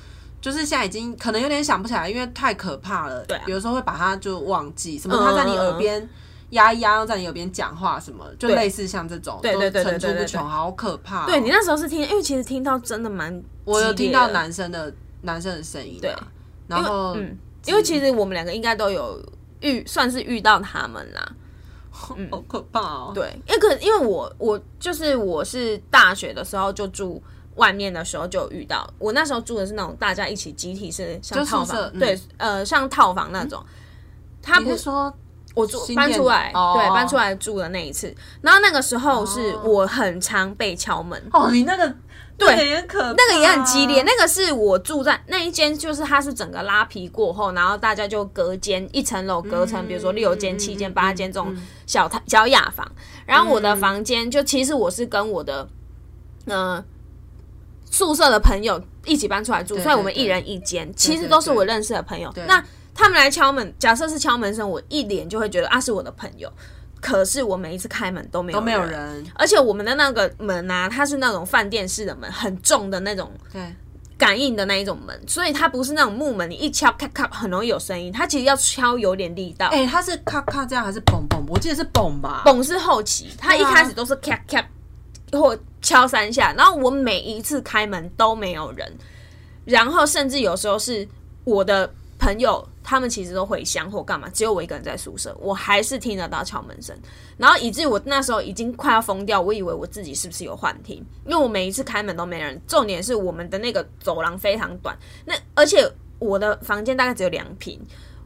就是现在已经可能有点想不起来，因为太可怕了。对
啊
有的时候会把它就忘记，什么
嗯
他在你
嗯
耳
嗯
边压一压，又在你耳边讲话什么，就类似像这种，对
对对对
层出
对对
不
对
穷，好可怕哦、
对你那时候是听，因为其实听到真的蛮，
我有听到，男生的男生的声音、啊，
对，
然后
嗯，因为其实我们两个应该都有遇，算是遇到他们啦。
好可怕哦，
对，因为可因为我我就是我是大学的时候就住外面的时候就有遇到，我那时候住的是那种大家一起集体是像
就宿
套房
舍，嗯
对，呃，像套房那种。他
你
不
是说
我我住
新
搬
店
出来，
哦
对，搬出来住的那一次。然后那个时候是
哦
我很常被敲门，
哦，你那个对那个也很可怕，
那个也很激
啊
烈。那个是我住在那一间，就是它是整个拉皮过后，然后大家就隔间一层楼隔成，比如说六间、七间、八间这
嗯
种小太小雅房。然后我的房间就其实我是跟我的嗯、呃宿舍的朋友一起搬出来住，
对
所以我们
对
一人一间，其实
对
都是
对
我认识的朋友
对。
那他们来敲门，假设是敲门声，我一脸就会觉得啊是我的朋友。可是我每一次开门都没有
都没有人，
而且我们的那个门啊，它是那种饭店式的门，很重的那种
对，
感应的那一种门，所以它不是那种木门，你一敲咔咔很容易有声音，它其实要敲有点力道。
哎，他是咔咔这样还是嘣嘣？我记得是嘣吧，
嘣、是后期，它一
对啊
开始都是咔咔或敲三下，然后我每一次开门都没有人，然后甚至有时候是我的朋友。他们其实都回乡或干嘛，只有我一个人在宿舍，我还是听得到敲门声，然后以至于我那时候已经快要疯掉，我以为我自己是不是有幻听，因为我每一次开门都没人。重点是我们的那个走廊非常短，那而且我的房间大概只有两平，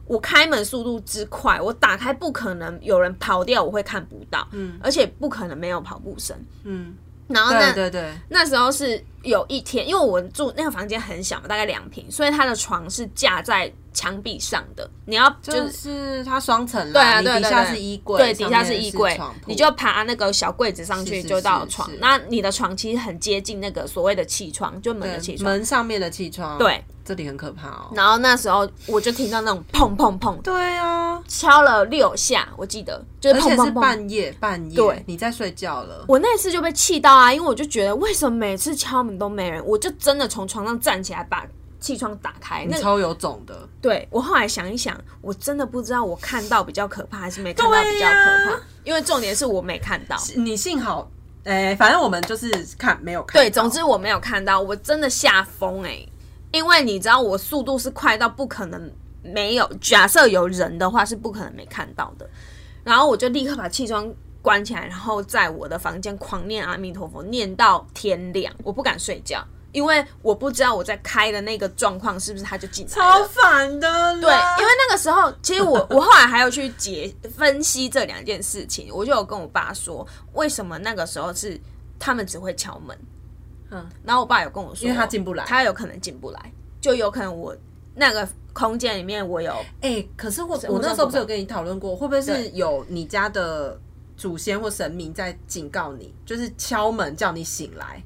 我开门速度之快，我打开不可能有人跑掉，我会看不到，嗯，而且不可能没有跑步声，
嗯，
然后啊那
对对对，
那时候是有一天，因为我住那个房间很小嘛，大概两平，所以他的床是架在墙壁上的，你要就是。
就是它双层啦，
对啊，
你
对对
底
对
下是衣柜，
对，底下
上面
是衣柜
床，铺
你就爬那个小柜子上
是
去
是
就到
是
床
是。
那你的床其实很接近那个所谓的气窗，就门的气
对
窗。
门上面的气窗，
对，
这里很可怕哦。
然后那时候我就听到那种砰砰砰，
对啊，
敲了六下，我记得就是
而
砰
且
砰
是
砰。
半夜半夜，
对
你在睡觉了，
我那次就被气到啊，因为我就觉得为什么每次敲门都没人，我就真的从床上站起来把气窗打开。
你
那
超有种的，
对我后来想一想，我真的不知道我看到比较可怕还是没看到比较可怕，
对呀
因为重点是我没看到。
你幸好，哎、反正我们就是看没有看到，
对，总之我没有看到，我真的吓疯哎！因为你知道我速度是快到不可能没有，假设有人的话是不可能没看到的。然后我就立刻把气窗关起来，然后在我的房间狂念阿弥陀佛，念到天亮，我不敢睡觉，因为我不知道我在开的那个状况是不是他就进来
超
了。
烦的啦，
对，因为那个时候，其实 我我后来还有去解分析这两件事情，我就有跟我爸说，为什么那个时候是他们只会敲门，
嗯，
然后我爸有跟我说，
因为他进不来
他有可能进不来，就有可能我那个空间里面我有
哎、可是我
是
我
我
那
上
时候不
过
是有跟你讨论过，会不会是
对
有你家的祖先或神明在警告你，就是敲门叫你醒来？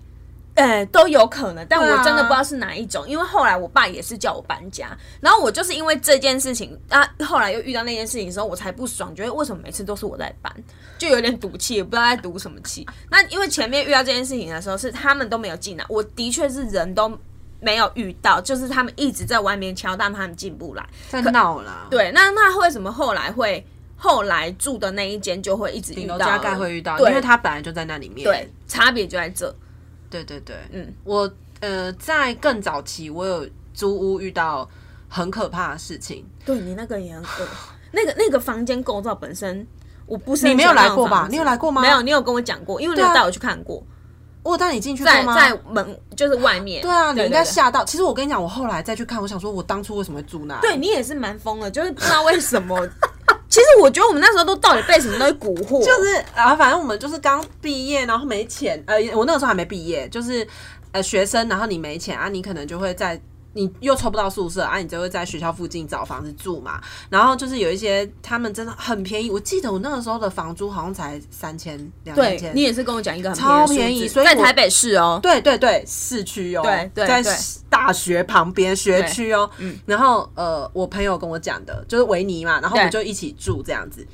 呃，都有可能，但
对啊
我真的不知道是哪一种，因为后来我爸也是叫我搬家，然后我就是因为这件事情，啊，后来又遇到那件事情的时候，我才不爽，觉得为什么每次都是我在搬，就有点赌气，也不知道在赌什么气。那因为前面遇到这件事情的时候，是他们都没有进来，我的确是人都没有遇到，就是他们一直在外面敲，但他们进不来。
在闹啦，对，
对，那那为什么后来会后来住的那一间就会一直遇到
有
了？
加盖会遇到，因
对
为他本来就在那里面。
对，差别就在这。
对对对，
嗯，
我呃在更早期，我有租屋遇到很可怕的事情，
对你那个也很恶，那个那个房间构造本身，我不是
你
很
没有
喜欢
来
那
过
种
吧
房？子
你有来过吗？
没有，，你有跟我讲过，因为你
对啊
有带我去看过，
我有带哦你进去
在
过吗？
在门就是外面。
对啊，你应该
对
吓到。其实我跟你讲，我后来再去看，我想说，我当初为什么会住那？
对，你也是蛮疯的，就是不知道为什么。 其实我觉得我们那时候都到底被什么东西蛊惑，
就是啊，反正我们就是刚毕业，然后没钱。呃，我那个时候还没毕业，就是呃学生，然后你没钱啊，你可能就会在。你又抽不到宿舍啊，你就会在学校附近找房子住嘛。然后就是有一些他们真的很便宜，我记得我那个时候的房租好像才三千两三
对
千。
你也是跟我讲一个很
超
便
便宜
宜的数字
所以
在
我
台北市哦，
对对对，市区哦，
对对
在
对
大学旁边学区哦。
嗯
然后呃，我朋友跟我讲的，就是维尼嘛，然后我们就
对
一起住这样子。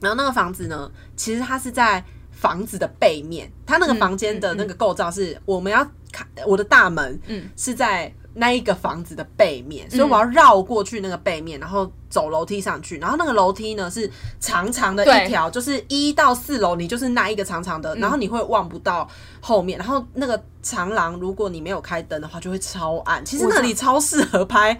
然后那个房子呢，其实它是在房子的背面，它
嗯
那个房间的那个构造是，我们要看我的大门，
嗯
是在那一个房子的背面，所以我要绕过去那个背面，然后走楼梯上去。然后那个楼梯呢是长长的
对
一条，就是一到四楼，你就是那一个长长
嗯
的，然后你会望不到后面。然后那个长廊，如果你没有开灯的话，就会超暗。其实
我知
那
道
里超适合拍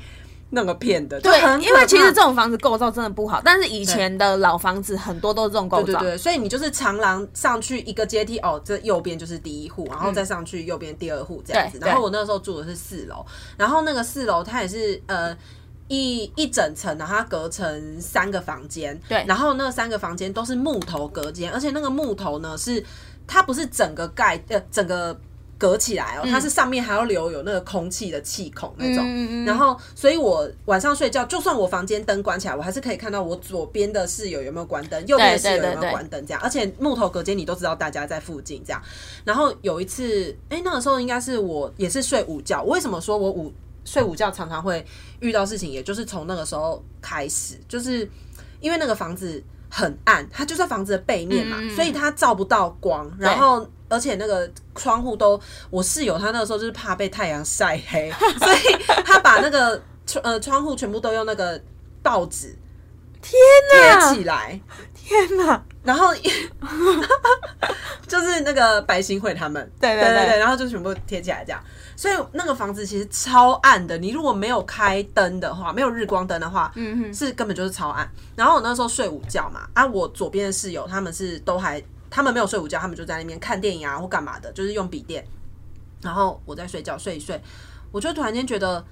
那个片的，就
对
很，
因为
可
其实
怕
这种房子构造真的不好，但是以前的老房子很多都是这种构
对
造，
对，所以你就是长廊上去一个阶梯，哦，这右边就是第一户，然后再上去右边第二户这样子。
对
然后
对
我那时候住的是四楼，然后那个四楼它也是呃。一一整层，然后它隔成三个房间，
对
然后那三个房间都是木头隔间，而且那个木头呢是它不是整个盖呃整个隔起来哦，它是上面还要留有那个空气的气孔那种，
嗯嗯嗯嗯
然后所以我晚上睡觉，就算我房间灯关起来，我还是可以看到我左边的室友有没有关灯，右边的室友有没有
对对
关灯这样，而且木头隔间你都知道大家在附近这样，然后有一次，哎、那个时候应该是我也是睡午觉。我为什么说我午睡午觉常常会遇到事情，也就是从那个时候开始，就是因为那个房子很暗，它就在房子的背面嘛，
嗯嗯嗯
所以它照不到光，然后。而且那个窗户都，我室友他那个时候就是怕被太阳晒 黑，所以他把那个窗呃窗户全部都用那个报纸
啊
贴起来，
天哪！
然后就是那个白新会他们，
对
对
对对
对，然后就全部贴起来这样。所以那个房子其实超暗的，你如果没有开灯的话，没有日光灯的话，
嗯哼，
是根本就是超暗。然后我那时候睡午觉嘛，啊，我左边的室友他们是都还，他们没有睡午觉，他们就在那边看电影啊或干嘛的，就是用笔电。然后我在睡觉，睡一睡，我就突然间觉得，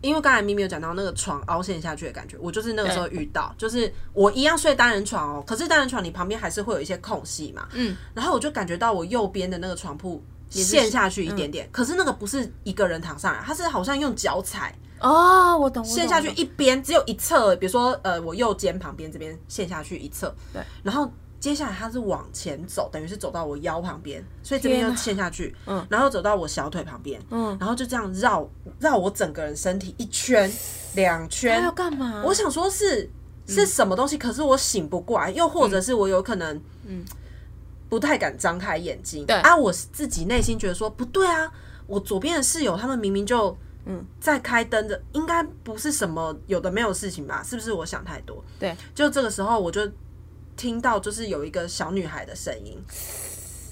因为刚才咪咪有讲到那个床凹陷下去的感觉，我就是那个时候遇到，就是我一样睡单人床哦，可是单人床你旁边还是会有一些空隙嘛，
嗯，
然后我就感觉到我右边的那个床铺陷下去一点
嗯
点，可是那个不是一个人躺上来，他是好像用脚踩，
哦，我懂，
陷
陷
下去一边，只有一侧，比如说呃，我右肩旁边这边陷下去一侧，
对，
然后接下来它是往前走，等于是走到我腰旁边，所以这边
天
又
哪
陷下去，嗯，然后走到我小腿旁边，
嗯，
然后就这样绕绕我整个人身体一圈两
他
圈
要，干嘛？
我想说是是什么东西，可是我醒不过来，又或者是我有可能，嗯，不太敢张开眼睛。
对
啊，我自己内心觉得说不对啊，我左边的室友他们明明就嗯在开灯的，应该不是什么有的没有事情吧？是不是我想太多？
对，
就这个时候我就听到就是有一个小女孩的声音。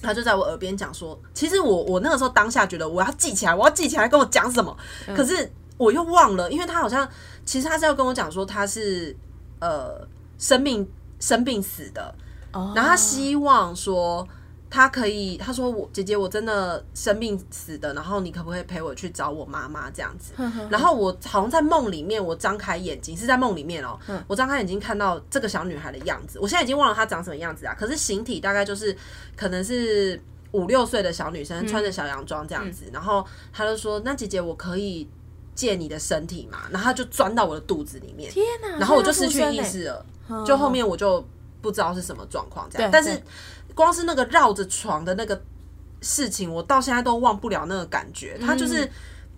她就在我耳边讲说，其实我我那个时候当下觉得我要记起来，我要记起来跟我讲什么，可是我又忘了，因为她好像其实他是要跟我讲说他是呃生病生病死的，
哦，
然后他希望说他可以，他说我姐姐我真的生病死的，然后你可不可以陪我去找我妈妈这样子？然后我好像在梦里面，我张开眼睛是在梦里面哦、我张开眼睛看到这个小女孩的样子，我现在已经忘了她长什么样子啊，可是形体大概就是可能是。五六岁的小女生穿着小洋装这样子，然后她就说：“那姐姐，我可以借你的身体嘛？”然后她就钻到我的肚子里面，
天哪！
然后我就失
是
去意，识了，
嗯
就后面我就不知道是什么状况这样
对。
但是
对
光是那个绕着床的那个事情，我到现在都忘不了那个感觉，它
嗯
就是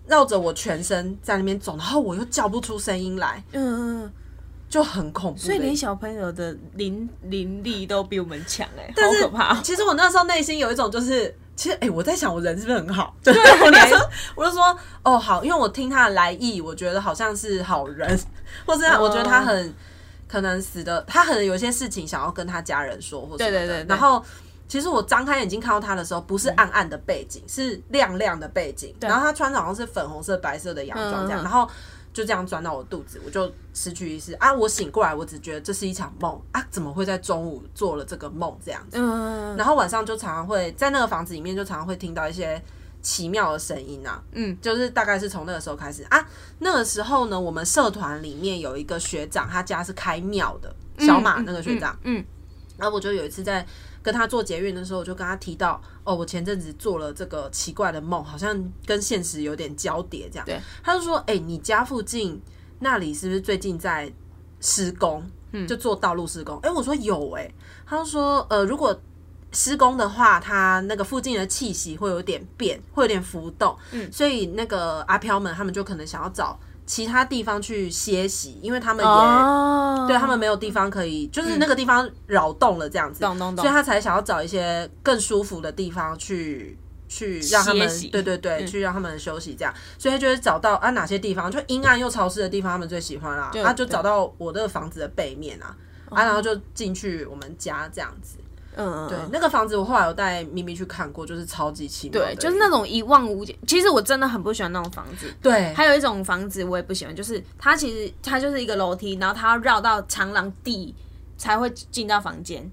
绕着我全身在那边走，然后我又叫不出声音来，
嗯嗯嗯，
就很恐怖的一。
所以连小朋友的灵灵力都比我们强哎，
但
好
是
可怕哦！
其实我那时候内心有一种就是。其实，哎、我在想，我人是不是很 好？就是我那时候，我就说，哦，好，因为我听他的来意，我觉得好像是好人， 或是他
哦
我觉得他很可能死的，他可能有一些事情想要跟他家人说，或什么的
对对对对
然后，其实我张开眼睛看到他的时候，不是暗暗的背
嗯
景，是亮亮的背景。然后他穿着好像是粉红色、白色的洋装这样，
嗯嗯嗯
然后就这样钻到我肚子，我就失去意识啊！我醒过来，我只觉得这是一场梦啊！怎么会在中午做了这个梦这样子？
嗯
然后晚上就常常会在那个房子里面，就常常会听到一些奇妙的声音啊。
嗯，
就是大概是从那个时候开始啊。那个时候呢，我们社团里面有一个学长，他家是开庙的，小马那个学长。
嗯，
然后我就有一次在跟他做捷运的时候，我就跟他提到，哦，我前阵子做了这个奇怪的梦，好像跟现实有点交叠这样。
对，
他就说，哎、你家附近那里是不是最近在施工？
嗯
就做道路施工。哎、我说有哎、他就说，呃，如果施工的话，它那个附近的气息会有点变，会有点浮动，嗯，所以那个阿飘们他们就可能想要找其他地方去歇息，因为他们也、
哦，
对他们没有地方可以，就是那个地方扰动了这样子，
嗯懂懂懂
所以他才想要找一些更舒服的地方去。去让他们
歇息嗯
对对对，去让他们休息这样，所以他就会找到啊哪些地方就阴暗又潮湿的地方，他们最喜欢啦、啊，就
对哦
找到我的房子的背面啊，啊然后就进去我们家这样子。
嗯嗯
对
嗯，
那个房子我后来有带咪咪去看过，就是超级奇妙的
对，就是那种一望无际。其实我真的很不喜欢那种房子。
对，
还有一种房子我也不喜欢，就是它其实它就是一个楼梯，然后它要绕到长廊地才会进到房间。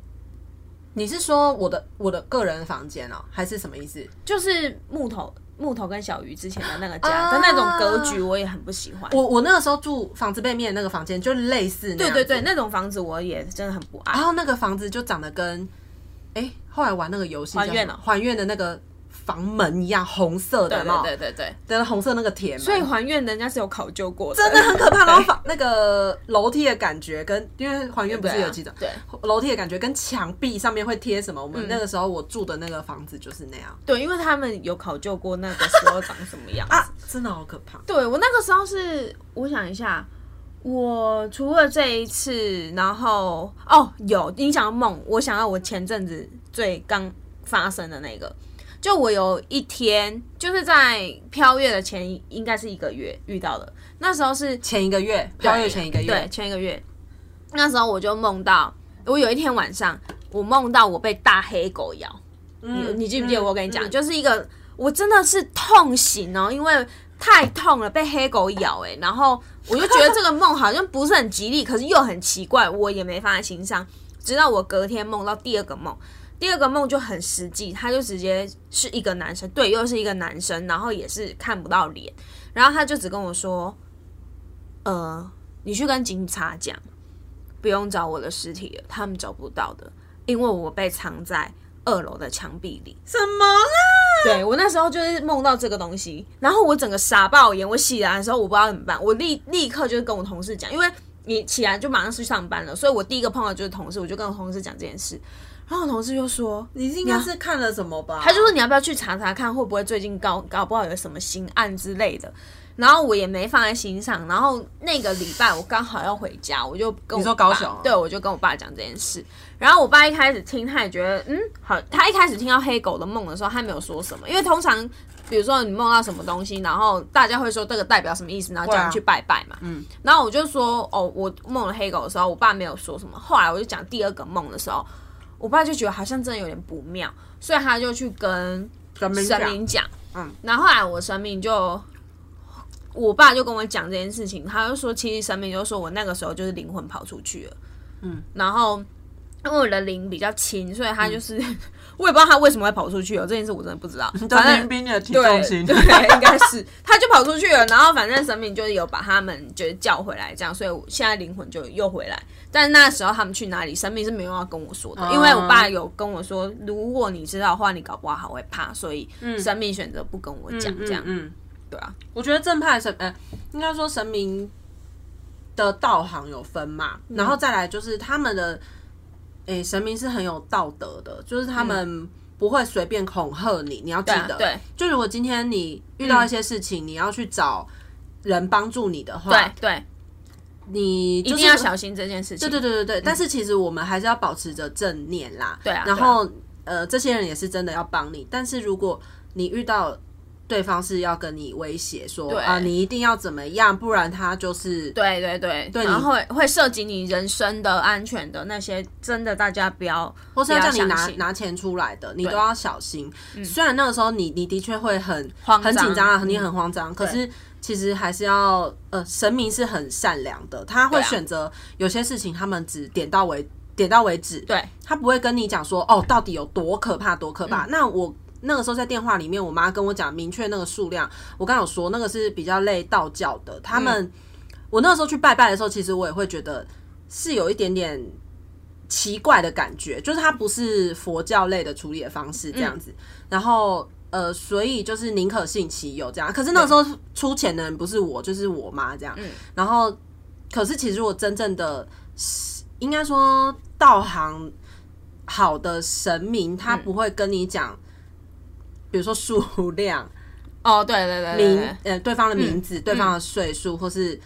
你是说我的我的个人房间哦，还是什么意思？
就是木头木头跟小鱼之前的那个家的那种格局，啊我也很不喜欢。
我我那个时候住房子背面的那个房间，就类似那
对啊
样
对
子
对，那种房子我也真的很不爱
然。后那个房子就长得跟，哎、后来玩那个游戏叫什么
还愿哦
还愿的那个房门一样，红色的
对
嘛，
对对对对，
对，红色那个铁门，
所以还愿人家是有考究过的，
真的很可怕。然后房那个楼梯的感觉跟，因为还愿不是
对啊
有几种，
对嗯
楼梯的感觉跟墙壁上面会贴什么？我们那个时候我住的那个房子就是那样、
对，因为他们有考究过那个时候长什么样子。
啊，真的好可怕。
对我那个时候是，我想一下，我除了这一次，然后哦，有你想要梦，我想要我前阵子最刚发生的那个，就我有一天就是在飘月的前一，应该是一个月遇到的，那时候是
前一个月，交月前一个
对
月，
前一个月，那时候我就梦到，我有一天晚上，我梦到我被大黑狗咬。
嗯
你记不记得我跟你讲，
嗯
就是一个我真的是痛醒哦，因为太痛了，被黑狗咬哎、然后我就觉得这个梦好像不是很吉利，可是又很奇怪，我也没放在心上。直到我隔天梦到第二个梦，第二个梦就很实际，他就直接是一个男生，对，又是一个男生，然后也是看不到脸，然后他就只跟我说，呃，你去跟警察讲，不用找我的尸体了，他们找不到的，因为我被藏在二楼的墙壁里。
什么啦？
对我那时候就是梦到这个东西，然后我整个傻爆眼。我起来的时候我不知道怎么办，我立立刻就是跟我同事讲，因为你起来就马上去上班了，所以我第一个碰到就是同事，我就跟我同事讲这件事，然后我同事就说。
你应该是看了什么吧？
他就说你要不要去查查看，会不会最近搞搞不好有什么新案之类的。然后我也没放在心上。然后那个礼拜我刚好要回家，我就跟我
你说
爸
高雄啊
对，我就跟我爸讲这件事。然后我爸一开始听，他也觉得嗯好。他一开始听到黑狗的梦的时候，他没有说什么，因为通常比如说你梦到什么东西，然后大家会说这个代表什么意思，然后叫
对啊
你去拜拜嘛。嗯。然后我就说哦，我梦了黑狗的时候，我爸没有说什么。后来我就讲第二个梦的时候，我爸就觉得好像真的有点不妙，所以他就去跟
神明
神
讲
明讲。
嗯，
然后后来我神明就，我爸就跟我讲这件事情，他就说，其实神明就说我那个时候就是灵魂跑出去了。嗯，然后因为我的灵比较轻，所以
嗯
他就是、 我也不知道他为什么会跑出去哦，这件事我真的 不知道。反正
冰的体
对对，应该是他就跑出去了，然后反正神明就是有把他们就是叫回来，这样，所以我现在灵魂就又回来。但那时候他们去哪里，神明是没有要跟我说
嗯
的，因为我爸有跟我说，如果你知道的话，你搞不好会怕，所以神明选择不跟我讲，这样。
嗯，嗯
对啊，
我觉得正派神，呃，应该说神明的道行有分嘛，
嗯
然后再来就是他们的，诶、神明是很有道德的，就是他们不会随便恐吓你，你要记
嗯对啊
得，
对嗯
就如果今天你遇到一些事情，你要去找人帮助你的话，
对，对，
你就
一
是
定要小心这件事情。
对对对对对，但是其实我们还是要保持着正念啦。
嗯对啊
然后呃，这些人也是真的要帮你，但是如果你遇到对方是要跟你威胁说
对
啊，你一定要怎么样，不然他就是
对对对
对你
然后会会涉及你人身的安全的那些，真的大家不要，
或是要叫
不
你
要
拿
相信嗯
拿钱出来的，你都要小心。虽然那个时候你你的确会很
慌
很
张
紧张啊，
嗯
你很慌张，可是其实还是要呃，神明是很善良的，他会
对啊
选择有些事情他们只点到为点到为止，
对
他不会跟你讲说哦，到底有多可怕，多可
嗯
怕。那我那个时候在电话里面，我妈跟我讲明确那个数量，我刚有说那个是比较类道教的，他们、
嗯
我那个时候去拜拜的时候，其实我也会觉得是有一点点奇怪的感觉，就是它不是佛教类的处理的方式这样子，然后。呃，所以就是宁可信其有这样，可是那个时候出钱的人不是我，就是我妈这样。
嗯
然后，可是其实我真正的应该说道行好的神明，他
嗯
不会跟你讲，比如说数量、
哦，对对对对
名
对，嗯
呃对方的名字、对方的岁数、或是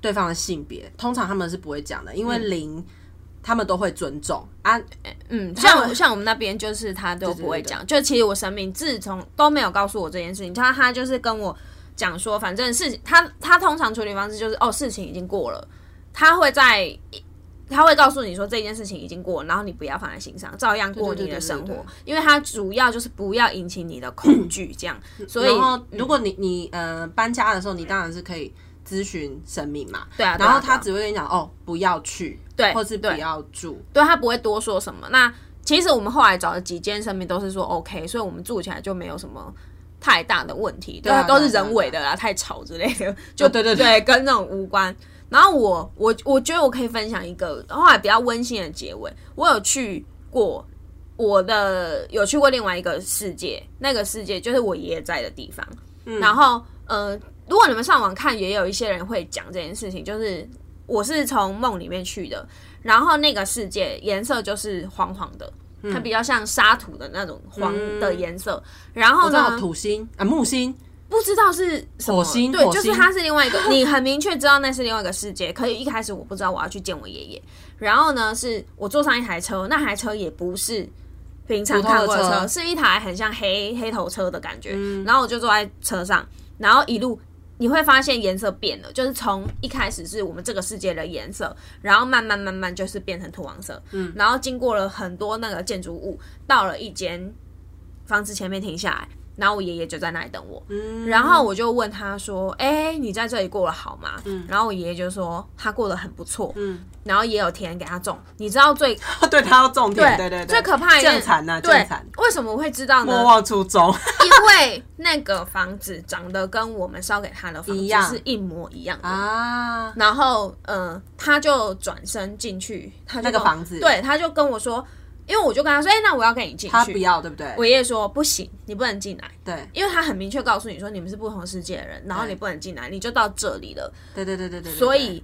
对方的性别，通常他们是不会讲的，因为零、他们都会尊重啊。
嗯，
他
像
们
我像我们那边就是他都不会
对对
讲，就其实我神明自从都没有告诉我这件事情，他他就是跟我讲说，反正事情他他通常处理方式就是哦事情已经过了，他会在他会告诉你说这件事情已经过了，然后你不要放在心上，照样过
对对
你
对
的
对
生
对
活，因为他主要就是不要引起你的恐惧，这样，所
嗯
以
然后，如果你你呃搬家的时候，你当然是可以咨询神明嘛。
对啊，对
然
啊
后
对啊
他只会跟你讲哦，不要去，
对
或是不
对
要住，
对他不会多说什么。那其实我们后来找的几间神明都是说 OK，所以我们住起来就没有什么太大的问题，对
啊
都是
对啊哦
人为的啦，太吵之类的，就
对对对
对，跟那种无关。然后我我我觉得我可以分享一个后来比较温馨的结尾，我有去过。我的有去过另外一个世界，那个世界就是我爷爷在的地方。
嗯
然后，呃，如果你们上网看，也有一些人会讲这件事情，就是我是从梦里面去的，然后那个世界颜色就是黄黄的，它
嗯
比较像沙土的那种黄的颜色。然后
知道
呢，
土星啊木星，
不知道是什
火
么
星
对，
火
就是
星
它是另外一个， 你很明确知道那是另外一个世界。可以一开始我不知道我要去见我爷爷，然后呢，是我坐上一台车，那台车也不是平常看过的
普通
车，
的车嗯
是一台很像黑黑头车的感觉。然后我就坐在车上，然后一路。你会发现颜色变了，就是从一开始是我们这个世界的颜色，然后慢慢慢慢就是变成土黄色，嗯，然后经过了很多那个建筑物，到了一间房子前面停下来，然后我爷爷就在那里等我，然
嗯
后我就问他说：“哎、你在这里过得好吗？”
嗯
然后我爷爷就说他过得很不错，嗯，然后也有田给他种。你知 道最哎
对他要重点，对对对，
最可怕的一件
正惨呐，
对
正惨，，
为什么我会知道呢？
莫忘初 衷，
因为那个房子长得跟我们烧给他的房
一
子
样
是一模一样的。
啊，
然后，嗯、他就转身进去，他
那
就
个
跟我
房子
对，他就跟我说，因为我就跟他说，哎、那我要跟你进去，
他不要，对不对？
我爷爷说不行，你不能进来，
对
因为他很明确告诉你说你们是不同世界的人，然后你不能进来，你就到这里了。
对对对对对，
所以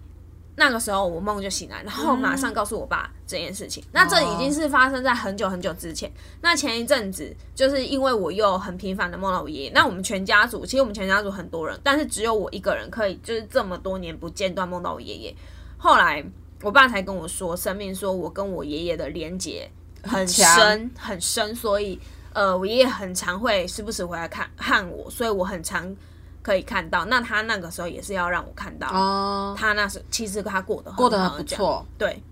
那个时候我梦就醒来，然后马上告诉我爸这件事情。
哦
那这已经是发生在很久很久之前。那前一阵子就是因为我又很频繁的梦到我爷爷，那我们全家族其实我们全家族很多人，但是只有我一个人可以就是这么多年不间断梦到我爷爷。后来我爸才跟我说，生命说我跟我爷爷的连结很
强
深很深，所以呃，我爷爷很常会时不时回来看看我，所以我很常可以看到。那他那个时候也是要让我看到，
哦，
他那时其实他过得
过
过
得很不，错，
对，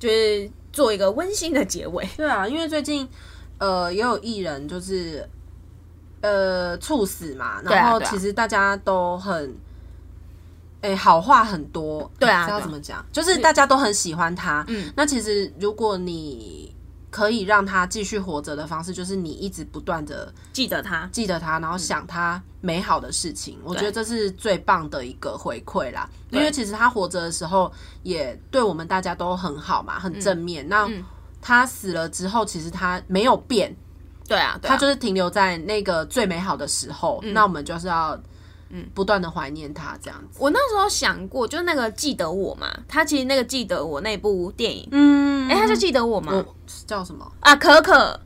就是做一个温馨的结尾。
对啊，因为最近呃也有艺人就是呃猝死嘛，
啊
然后
对啊
其实大家都很。哎、好话很多，
对啊
不知
对
道
啊
怎么讲，就是大家都很喜欢他。
嗯
嗯，那其实如果你可以让他继续活着的方式，就是你一直不断的
记得他，
记得他，然
嗯
后想他美好的事情，我觉得这是最棒的一个回馈啦。因为其实他活着的时候，也对我们大家都很好
嗯
嘛，很正面。那他死了之后，其实他没有变，
对啊，对啊
他就是停留在那个最美好的时候。
嗯
那我们就是要，不断的怀念他这样子。
我那时候想过，就是那个记得我嘛，他其实那个记得我那部电影，
嗯，
哎、他就记得我嘛，
我叫什么？
啊，可可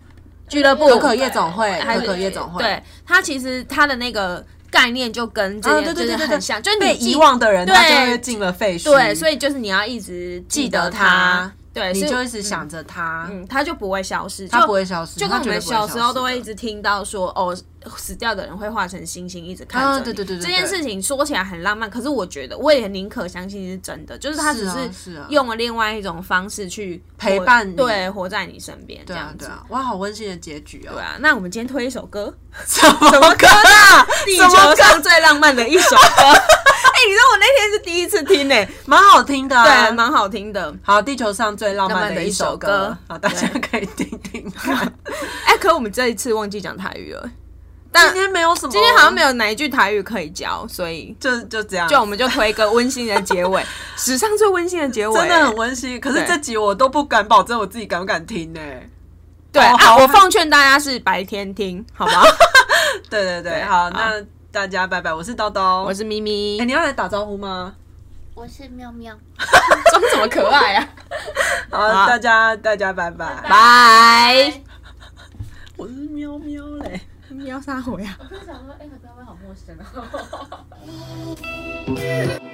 俱乐部，
可可夜总会，
还
可
是
可夜总会，
对他其实他的那个概念就跟这
啊，
件
对对
就
对
是
对
很
对，
像，就是
被
你记
遗忘的人，他
对
就会进了废墟。
对，所
以
以就是你要一直记
记得
得
他
他，，对，
你
所以
就一直想着他。
嗯，他就不会消 失，
它
就
不会消失，
就跟我们小时候都会一
直
直听到说，哦，死掉的人会化成星星，一直看着你、
啊对对对对
这件事情说起来很浪漫，可是我觉得我也宁可相信是真的，就是他只
是啊是啊
用了另外一种方式去
陪
活
伴你
对，活在你身边这
对啊
样子。
对啊，哇，好温馨的结局哦！
对啊那我们今天推一首歌，
什么歌啊？
地
什么
球
歌？
上最浪漫的一 首歌。哎、你知道我那天是第一次听呢、
蛮好听的啊，
对，蛮好听的。
好，地球上最浪漫
浪漫的
的
一
一
首
首
歌
歌，好，大家可以听听看。
哎、可我们这一次忘记讲台语
哦
了，但
今天没有什么，
今天好像没有哪一句台语可以教，所以
就就这样，
就我们就推一个温馨的 结尾，史上最温馨的结尾，
真的很温馨。可是
对
这集我都不敢保证我自己敢不敢听呢。
对、
好
啊！
哦好
我奉劝大家是白天听，好 吗？
对对对，
好
好，那大家拜拜，我是叨叨，
我是咪咪
哎，，你要来打招呼吗？
我是喵喵。
装什么可爱 啊？
好，
好
大家大家拜拜，
拜，
我是喵喵嘞。
喵啥回啊？
我就想说，哎、欸，喵喵好陌生哦。